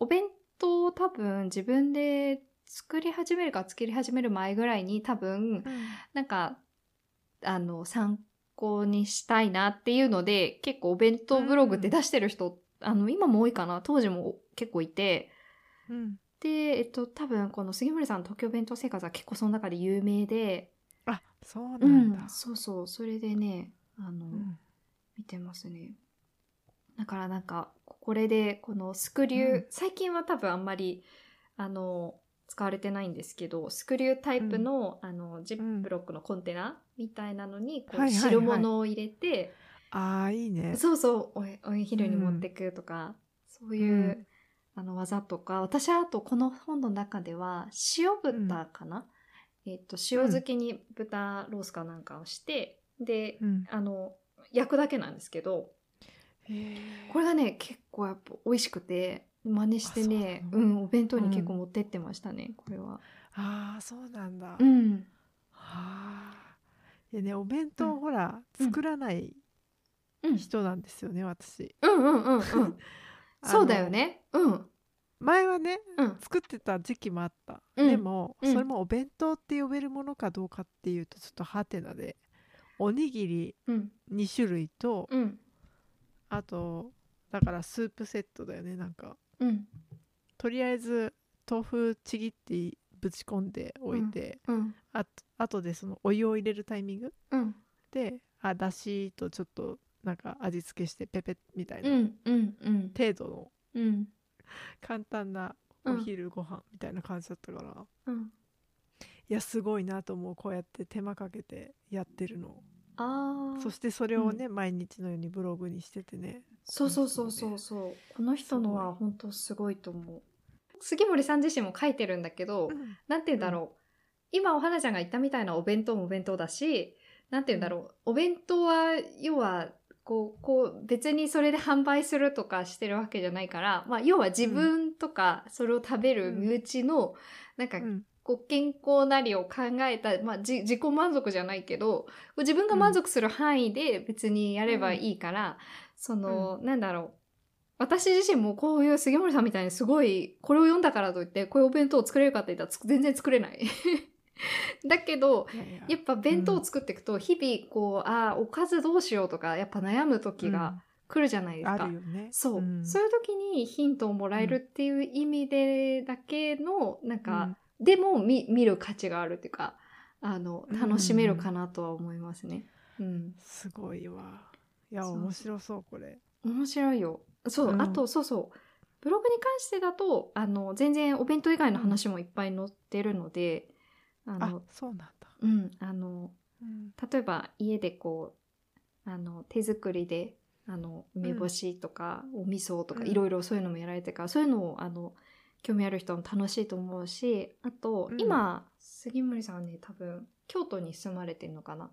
Speaker 2: うん
Speaker 1: お弁当を多分自分で作り始めるか作り始める前ぐらいに多分なんかあの参考にしたいなっていうので結構お弁当ブログって出してる人、あの今も多いかな当時も結構いて
Speaker 2: うん
Speaker 1: でえっと多分この杉森さんの東京弁当生活は結構その中で有名で、
Speaker 2: あそうな
Speaker 1: うん
Speaker 2: だ、
Speaker 1: ん、そうそうそれでねあの、
Speaker 2: うん
Speaker 1: 見てますねだからなんかこれでこのスクリュー、
Speaker 2: うん
Speaker 1: 最近は多分あんまりあの使われてないんですけどスクリュータイプの,、あのジップロックのコンテナみたいなのにこ
Speaker 2: はいうはいはい
Speaker 1: 汁物を入れて、
Speaker 2: あーいいね
Speaker 1: そうそうおえお昼に持ってくとか、そういう、
Speaker 2: うん
Speaker 1: あの技とか私はあとこの本の中では塩豚かな、えっと塩漬けに豚ロースかなんかをして、で、
Speaker 2: うん
Speaker 1: あの焼くだけなんですけど、これがね結構やっぱ美味しくて真似してね
Speaker 2: あそううなの
Speaker 1: んお弁当に結構持ってってましたね、これは
Speaker 2: あーそうなんだ、
Speaker 1: う
Speaker 2: は
Speaker 1: ん
Speaker 2: あいやねお弁
Speaker 1: う
Speaker 2: 当
Speaker 1: ん
Speaker 2: ほら、
Speaker 1: うん
Speaker 2: 作らない
Speaker 1: うん
Speaker 2: 人なんですよね私
Speaker 1: うんうんうんうん
Speaker 2: あの
Speaker 1: そうだよねうん
Speaker 2: 前はね
Speaker 1: うん
Speaker 2: 作ってた時期もあった、
Speaker 1: うん
Speaker 2: でも、
Speaker 1: うん
Speaker 2: それもお弁当って呼べるものかどうかっていうとちょっとハテナでおにぎり
Speaker 1: うん
Speaker 2: 2種類と、
Speaker 1: うん
Speaker 2: あとだからスープセットだよねなんか
Speaker 1: うん
Speaker 2: とりあえず豆腐ちぎってぶち込んでおいて、
Speaker 1: うん
Speaker 2: あとあとでそのお湯を入れるタイミング
Speaker 1: うん
Speaker 2: であだしとちょっとなんか味付けしてペペみたいな、
Speaker 1: うんうんうん
Speaker 2: 程度の
Speaker 1: うん
Speaker 2: 簡単なお昼ご飯みたいな感じだったから、
Speaker 1: うん
Speaker 2: いやすごいなと思うこうやって手間かけてやってるの
Speaker 1: ああ
Speaker 2: そしてそれをね、毎日のようにブログにしててね
Speaker 1: そうそうそうそうそうこの人のは本当すごいと思う杉森さん自身も書いてるんだけど、なんて言うんだろう、今お花ちゃんが言ったみたいなお弁当もお弁当だしなんて言うんだろう、お弁当は要はこうこう別にそれで販売するとかしてるわけじゃないから、まあ、要は自分とかそれを食べる身内の、なんか
Speaker 2: うん
Speaker 1: こう健康なりを考えた、まあ、じ自己満足じゃないけど自分が満足する範囲で別にやればいいから、その、なんだろう私自身もこういう杉森さんみたいにすごいこれを読んだからといってこういうお弁当を作れるかって言ったらつく全然作れない。 だけど
Speaker 2: いやいや
Speaker 1: やっぱ弁当を作っていくと日々こう、ああおかずどうしようとかやっぱ悩む時が来るじゃない
Speaker 2: うん
Speaker 1: ですか。
Speaker 2: あるよね
Speaker 1: そう、
Speaker 2: ん
Speaker 1: そういう時にヒントをもらえるっていう意味でだけのなんか、でも見見る価値があるっていうかあの
Speaker 2: うん
Speaker 1: 楽しめるかなとは思いますね。うん、
Speaker 2: すごいわいや
Speaker 1: そう
Speaker 2: 面白そうこれ
Speaker 1: 面白いよ。そう、
Speaker 2: うん
Speaker 1: あとそうそうブログに関してだとあの全然お弁当以外の話もいっぱい載ってるので、あ
Speaker 2: あ
Speaker 1: の
Speaker 2: そうなんだ、
Speaker 1: うんあの
Speaker 2: うん
Speaker 1: 例えば家でこうあの手作りであの梅干しとか、お味噌とか
Speaker 2: うん
Speaker 1: いろいろそういうのもやられてるから、そういうのをあの興味ある人も楽しいと思うしあと、
Speaker 2: うん
Speaker 1: 今杉森さんね多分京都に住まれてるのかな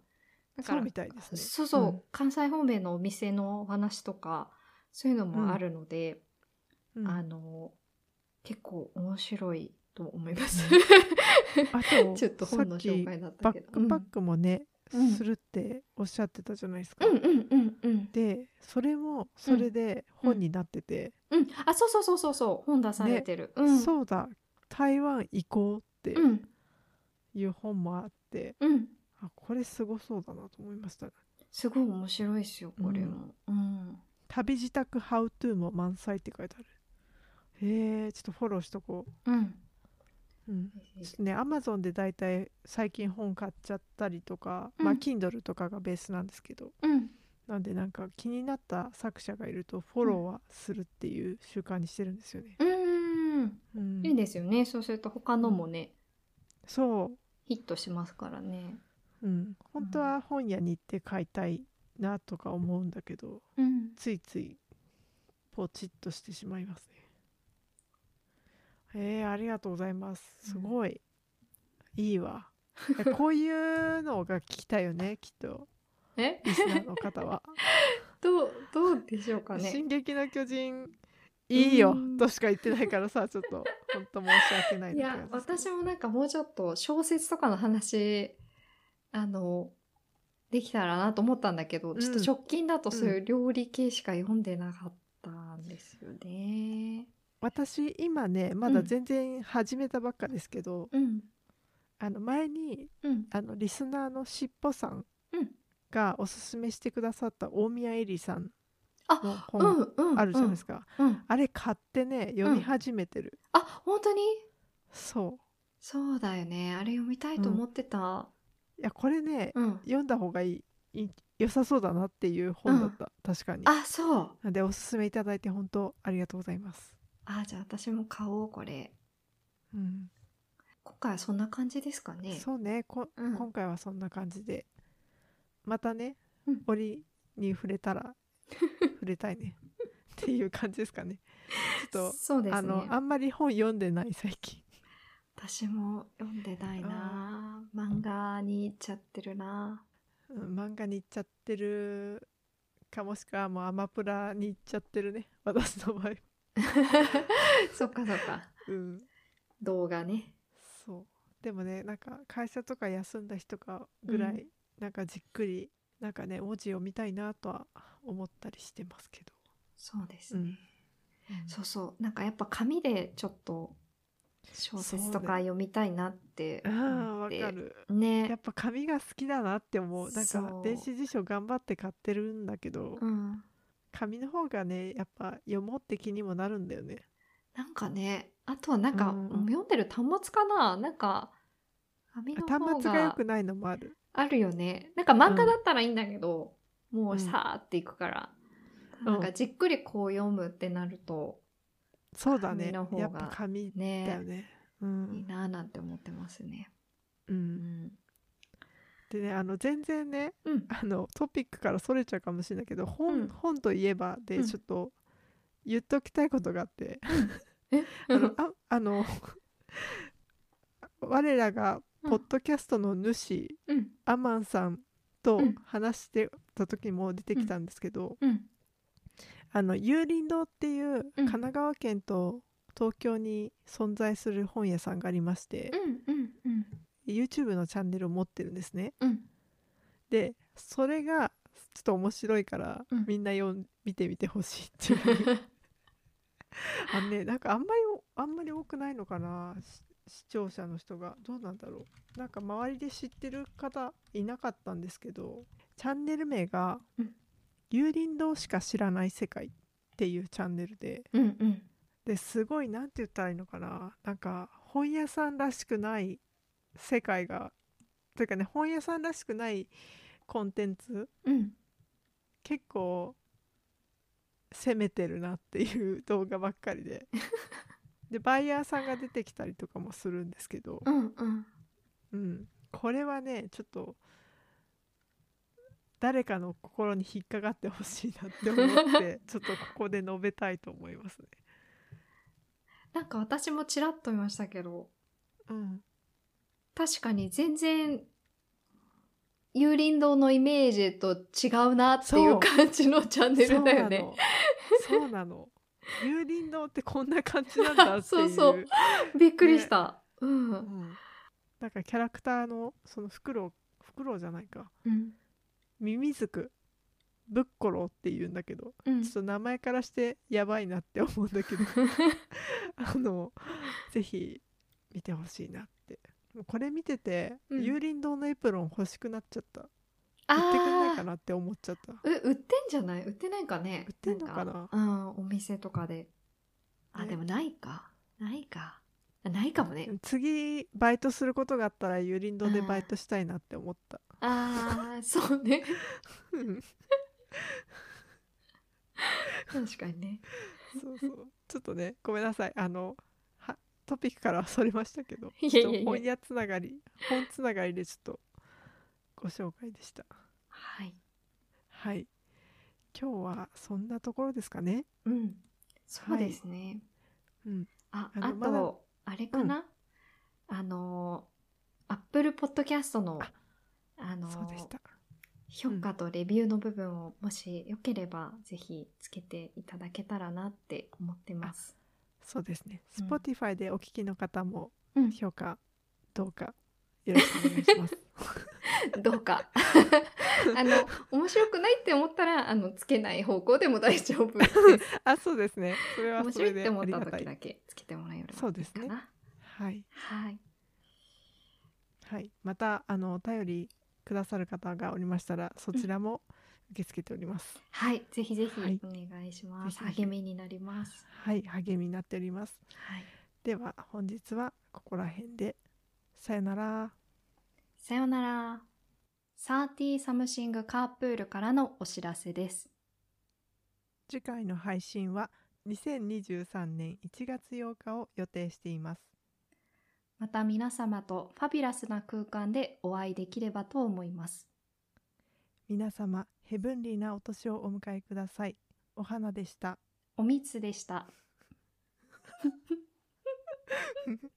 Speaker 1: だか
Speaker 2: そう
Speaker 1: ら
Speaker 2: みたいですね
Speaker 1: そうそう、
Speaker 2: うん
Speaker 1: 関西方面のお店のお話とかそういうのもあるので、
Speaker 2: うん
Speaker 1: あの結構面白いと思います、
Speaker 2: あと
Speaker 1: ちょっと本の紹介だった
Speaker 2: バ
Speaker 1: け
Speaker 2: ッ
Speaker 1: ど
Speaker 2: クパックもね、
Speaker 1: うん
Speaker 2: するっておっしゃってたじゃないですか、
Speaker 1: うんうんうんうん
Speaker 2: でそれもそれで本になってて、
Speaker 1: うん、あ、そうそうそうそうそう、本出されてる。うん、
Speaker 2: そうだ台湾行こうって
Speaker 1: うん、
Speaker 2: いう本もあって、
Speaker 1: うん、
Speaker 2: あこれすごそうだなと思いました
Speaker 1: すごい面白いですよ、これも。うん、
Speaker 2: 旅自宅ハウトゥーも満載って書いてあるへえちょっとフォローしとこ
Speaker 1: うん、
Speaker 2: う、うん、ちょっとねアマゾンでだいたい最近本買っちゃったりとか、まあ
Speaker 1: うん
Speaker 2: Kindle とかがベースなんですけど
Speaker 1: うん、
Speaker 2: なんでなんか気になった作者がいるとフォローはするっていう習慣にしてるんですよね、
Speaker 1: うん、
Speaker 2: うん
Speaker 1: いいですよね。そうすると、他のもね、
Speaker 2: そう
Speaker 1: ヒットしますからね。
Speaker 2: うん、本当は本屋に行って買いたいなとか思うんだけど
Speaker 1: うん、
Speaker 2: ついついポチッとしてしまいますねえー、ありがとうございますすごい、い いわいやこういうのが聞きたいよねきっと
Speaker 1: え、
Speaker 2: リスナーの方 は
Speaker 1: どう、どうでしょうか
Speaker 2: 「
Speaker 1: ね
Speaker 2: 進。撃の巨人」いいよ
Speaker 1: うん
Speaker 2: としか言ってないからさちょっと本当申し訳ない
Speaker 1: い
Speaker 2: な
Speaker 1: や、
Speaker 2: 感じ
Speaker 1: 私もなんかもうちょっと小説とかの話、あの。できたらなと思ったんだけど、
Speaker 2: ん
Speaker 1: ちょっと直近だとそういう料理系しか読んでなかったんですよね。
Speaker 2: 私今ねま
Speaker 1: う
Speaker 2: だ
Speaker 1: ん
Speaker 2: 全然始めたばっかですけど、
Speaker 1: うん、
Speaker 2: あの前に
Speaker 1: うん、
Speaker 2: あのリスナーのしっぽさん
Speaker 1: うん
Speaker 2: がおすすめしてくださった大宮エリさんの
Speaker 1: あ、う
Speaker 2: 本
Speaker 1: んうん、
Speaker 2: あるじゃないです
Speaker 1: か。
Speaker 2: か、
Speaker 1: うん、
Speaker 2: あれ買ってね読み始めてる、
Speaker 1: あ、本当に
Speaker 2: そ
Speaker 1: そうだよね。あれ読みたいと思ってた。
Speaker 2: ういやこれね、
Speaker 1: うん。
Speaker 2: 読んだ方がいいい良さそうだなっていう本だった、確かに
Speaker 1: あ、そう。
Speaker 2: なんでおすすめいただいて本当ありがとうございます、
Speaker 1: あ、じゃあ私も買おう、これ。
Speaker 2: うん
Speaker 1: 今回はそんな感じですかね。
Speaker 2: そうねこ、
Speaker 1: うん
Speaker 2: 今回はそんな感じでまたね、
Speaker 1: うん
Speaker 2: 折に触れ たら触れたいねっていう感じですかねちょっと
Speaker 1: そうです
Speaker 2: あの
Speaker 1: ね。
Speaker 2: あんまり本読んでない最近
Speaker 1: 私も読んでないな。漫画に行っちゃってる な。
Speaker 2: うん漫画に行っちゃってるかもしくはもうアマプラに行っちゃってるね私の場合
Speaker 1: そっかそっか。
Speaker 2: うん
Speaker 1: 動画ね。
Speaker 2: そうでもねなんか会社とか休んだ日とかぐらい、
Speaker 1: うん
Speaker 2: なんかじっくりなんかね文字を見たいなとは思ったりしてますけど、
Speaker 1: そうです
Speaker 2: う
Speaker 1: ね。
Speaker 2: ん
Speaker 1: そうそう。なんかやっぱ紙でちょっと小説とか読みたいなって
Speaker 2: あー
Speaker 1: 思っ
Speaker 2: わ
Speaker 1: て。
Speaker 2: かる
Speaker 1: ね。
Speaker 2: やっぱ紙が好きだなって思うなん
Speaker 1: そ
Speaker 2: か
Speaker 1: う
Speaker 2: 電子辞書頑張って買ってるんだけど、
Speaker 1: うん。
Speaker 2: 紙の方がねやっぱ読もうって気にもなるんだよね
Speaker 1: なんかね、あとはなんか、
Speaker 2: うん
Speaker 1: 読んでる端末かななんか、紙の
Speaker 2: 端
Speaker 1: 方
Speaker 2: 末が良
Speaker 1: が
Speaker 2: くないのもある
Speaker 1: あるよね。なんか漫画だったらいいんだけど、もうさーっていくから、
Speaker 2: ん
Speaker 1: なんかじっくりこう読むってなると、
Speaker 2: そうだね
Speaker 1: 紙の方が
Speaker 2: やっぱ紙だよ
Speaker 1: ね、
Speaker 2: ね。う
Speaker 1: いい
Speaker 2: ん
Speaker 1: なーなんて思ってますね。
Speaker 2: う、
Speaker 1: うんん。
Speaker 2: でねあの全然ね
Speaker 1: うん。
Speaker 2: あのトピックからそれちゃうかもしれないけど本,、
Speaker 1: うん
Speaker 2: 本といえば
Speaker 1: う
Speaker 2: で
Speaker 1: ん
Speaker 2: ちょっと言っときたいことがあって、
Speaker 1: う
Speaker 2: あの
Speaker 1: ん
Speaker 2: ああの 我らが
Speaker 1: うん
Speaker 2: ポッドキャストの主、
Speaker 1: うん。
Speaker 2: アマンさんと
Speaker 1: うん
Speaker 2: 話してた時にも出てきたんですけど、
Speaker 1: うん。
Speaker 2: あの有林堂っていう神奈川県と東京に存在する本屋さんがありまして。
Speaker 1: うん。うん。うん。
Speaker 2: YouTube のチャンネルを持ってるんですね。
Speaker 1: うん。
Speaker 2: でそれがちょっと面白いから、
Speaker 1: うん
Speaker 2: みんな読ん見てみてほしいっていうあのねなんかあんまりあんまり多くないのかなし視聴者の人がどうなんだろうなんか周りで知ってる方いなかったんですけどチャンネル名が
Speaker 1: うん
Speaker 2: 「有林堂しか知らない世界」っていうチャンネルで
Speaker 1: うん。うん。
Speaker 2: ですごいなんて言ったらいいのかななんか本屋さんらしくない世界がというかね本屋さんらしくないコンテンツ
Speaker 1: うん
Speaker 2: 結構攻めてるなっていう動画ばっかりででバイヤーさんが出てきたりとかもするんですけど、
Speaker 1: うんうん
Speaker 2: うん、これはねちょっと誰かの心に引っかかってほしいなって思ってちょっとここで述べたいと思いますね。
Speaker 1: なんか私もちらっと見ましたけど
Speaker 2: うん、
Speaker 1: 確かに全然幽林堂のイメージと違うなってい
Speaker 2: そうう
Speaker 1: 感じのチャンネルだよね。
Speaker 2: そうなの。そうなの。幽林堂ってこんな感じなんだっていう。
Speaker 1: そうそうびっくりした。う
Speaker 2: うんん。なんかキャラクターのそのフクロウ、フクロウじゃないか。
Speaker 1: うん
Speaker 2: ミミズク、ブッコロウって言うんだけど、
Speaker 1: うん
Speaker 2: ちょっと名前からしてやばいなって思うん だけど、あのぜひ見てほしいなって。もうこれ見てて、
Speaker 1: うん
Speaker 2: 幽林堂のエプロン欲しくなっちゃった。
Speaker 1: あ
Speaker 2: 売ってくんないか
Speaker 1: ー
Speaker 2: なって思っちゃった。
Speaker 1: う売ってんじゃない売ってないかね
Speaker 2: 売ってんのかな
Speaker 1: うんお店とかであ、
Speaker 2: ね
Speaker 1: でもないかないかあないかもね
Speaker 2: 次バイトすることがあったら幽林堂でバイトしたいなって思った。
Speaker 1: あーそうね
Speaker 2: うん
Speaker 1: 確かにね
Speaker 2: そうそう。ちょっとね、ごめんなさい。あの、はトピックからはそれましたけど、
Speaker 1: い
Speaker 2: ち
Speaker 1: やい
Speaker 2: ょ
Speaker 1: や
Speaker 2: っと
Speaker 1: い
Speaker 2: 本
Speaker 1: や
Speaker 2: 屋つながり、本つながりでちょっとご紹介でした。
Speaker 1: はい
Speaker 2: はい。今日はそんなところですかね。
Speaker 1: うんそうですね、
Speaker 2: うん
Speaker 1: あ
Speaker 2: あ
Speaker 1: あ
Speaker 2: のまだ
Speaker 1: とあれかな、あのアップルポッドキャストの
Speaker 2: あ
Speaker 1: あの
Speaker 2: そうでした。
Speaker 1: 評価とレビューの部分をもしよければ、ぜひつけていただけたらなって思ってます。
Speaker 2: そうですね。
Speaker 1: うん
Speaker 2: Spotify でお聞きの方も
Speaker 1: うん
Speaker 2: 評価どうかよろしくお願いし ます。
Speaker 1: どう か。あの面白くないって思ったらあのつけない方向でも大丈夫です。
Speaker 2: あ、そうですね。それは
Speaker 1: 面
Speaker 2: そ
Speaker 1: 白
Speaker 2: れ
Speaker 1: いっ
Speaker 2: で
Speaker 1: て思
Speaker 2: あ
Speaker 1: っ
Speaker 2: り
Speaker 1: た
Speaker 2: がた
Speaker 1: 時だ
Speaker 2: い。
Speaker 1: けつけてもらえればいいかな。
Speaker 2: そうですねはい。
Speaker 1: はい。
Speaker 2: はい、またあのお便りくださる方がおりましたらそちらも受け付けております。
Speaker 1: はい。ぜひぜひ
Speaker 2: はい
Speaker 1: お願いします。
Speaker 2: ぜひぜひ
Speaker 1: 励みになります。
Speaker 2: はい、励みになっております。
Speaker 1: はい。
Speaker 2: では本日はここら辺でさよなら。
Speaker 1: さよなら。サーティーサムシングカープールからのお知らせです。
Speaker 2: 次回の配信は2023年1月8日を予定しています。
Speaker 1: また皆様とファビュラスな空間でお会いできればと思います。
Speaker 2: 皆様ヘブンリーなお年をお迎えください。お花でした。
Speaker 1: おみつでした。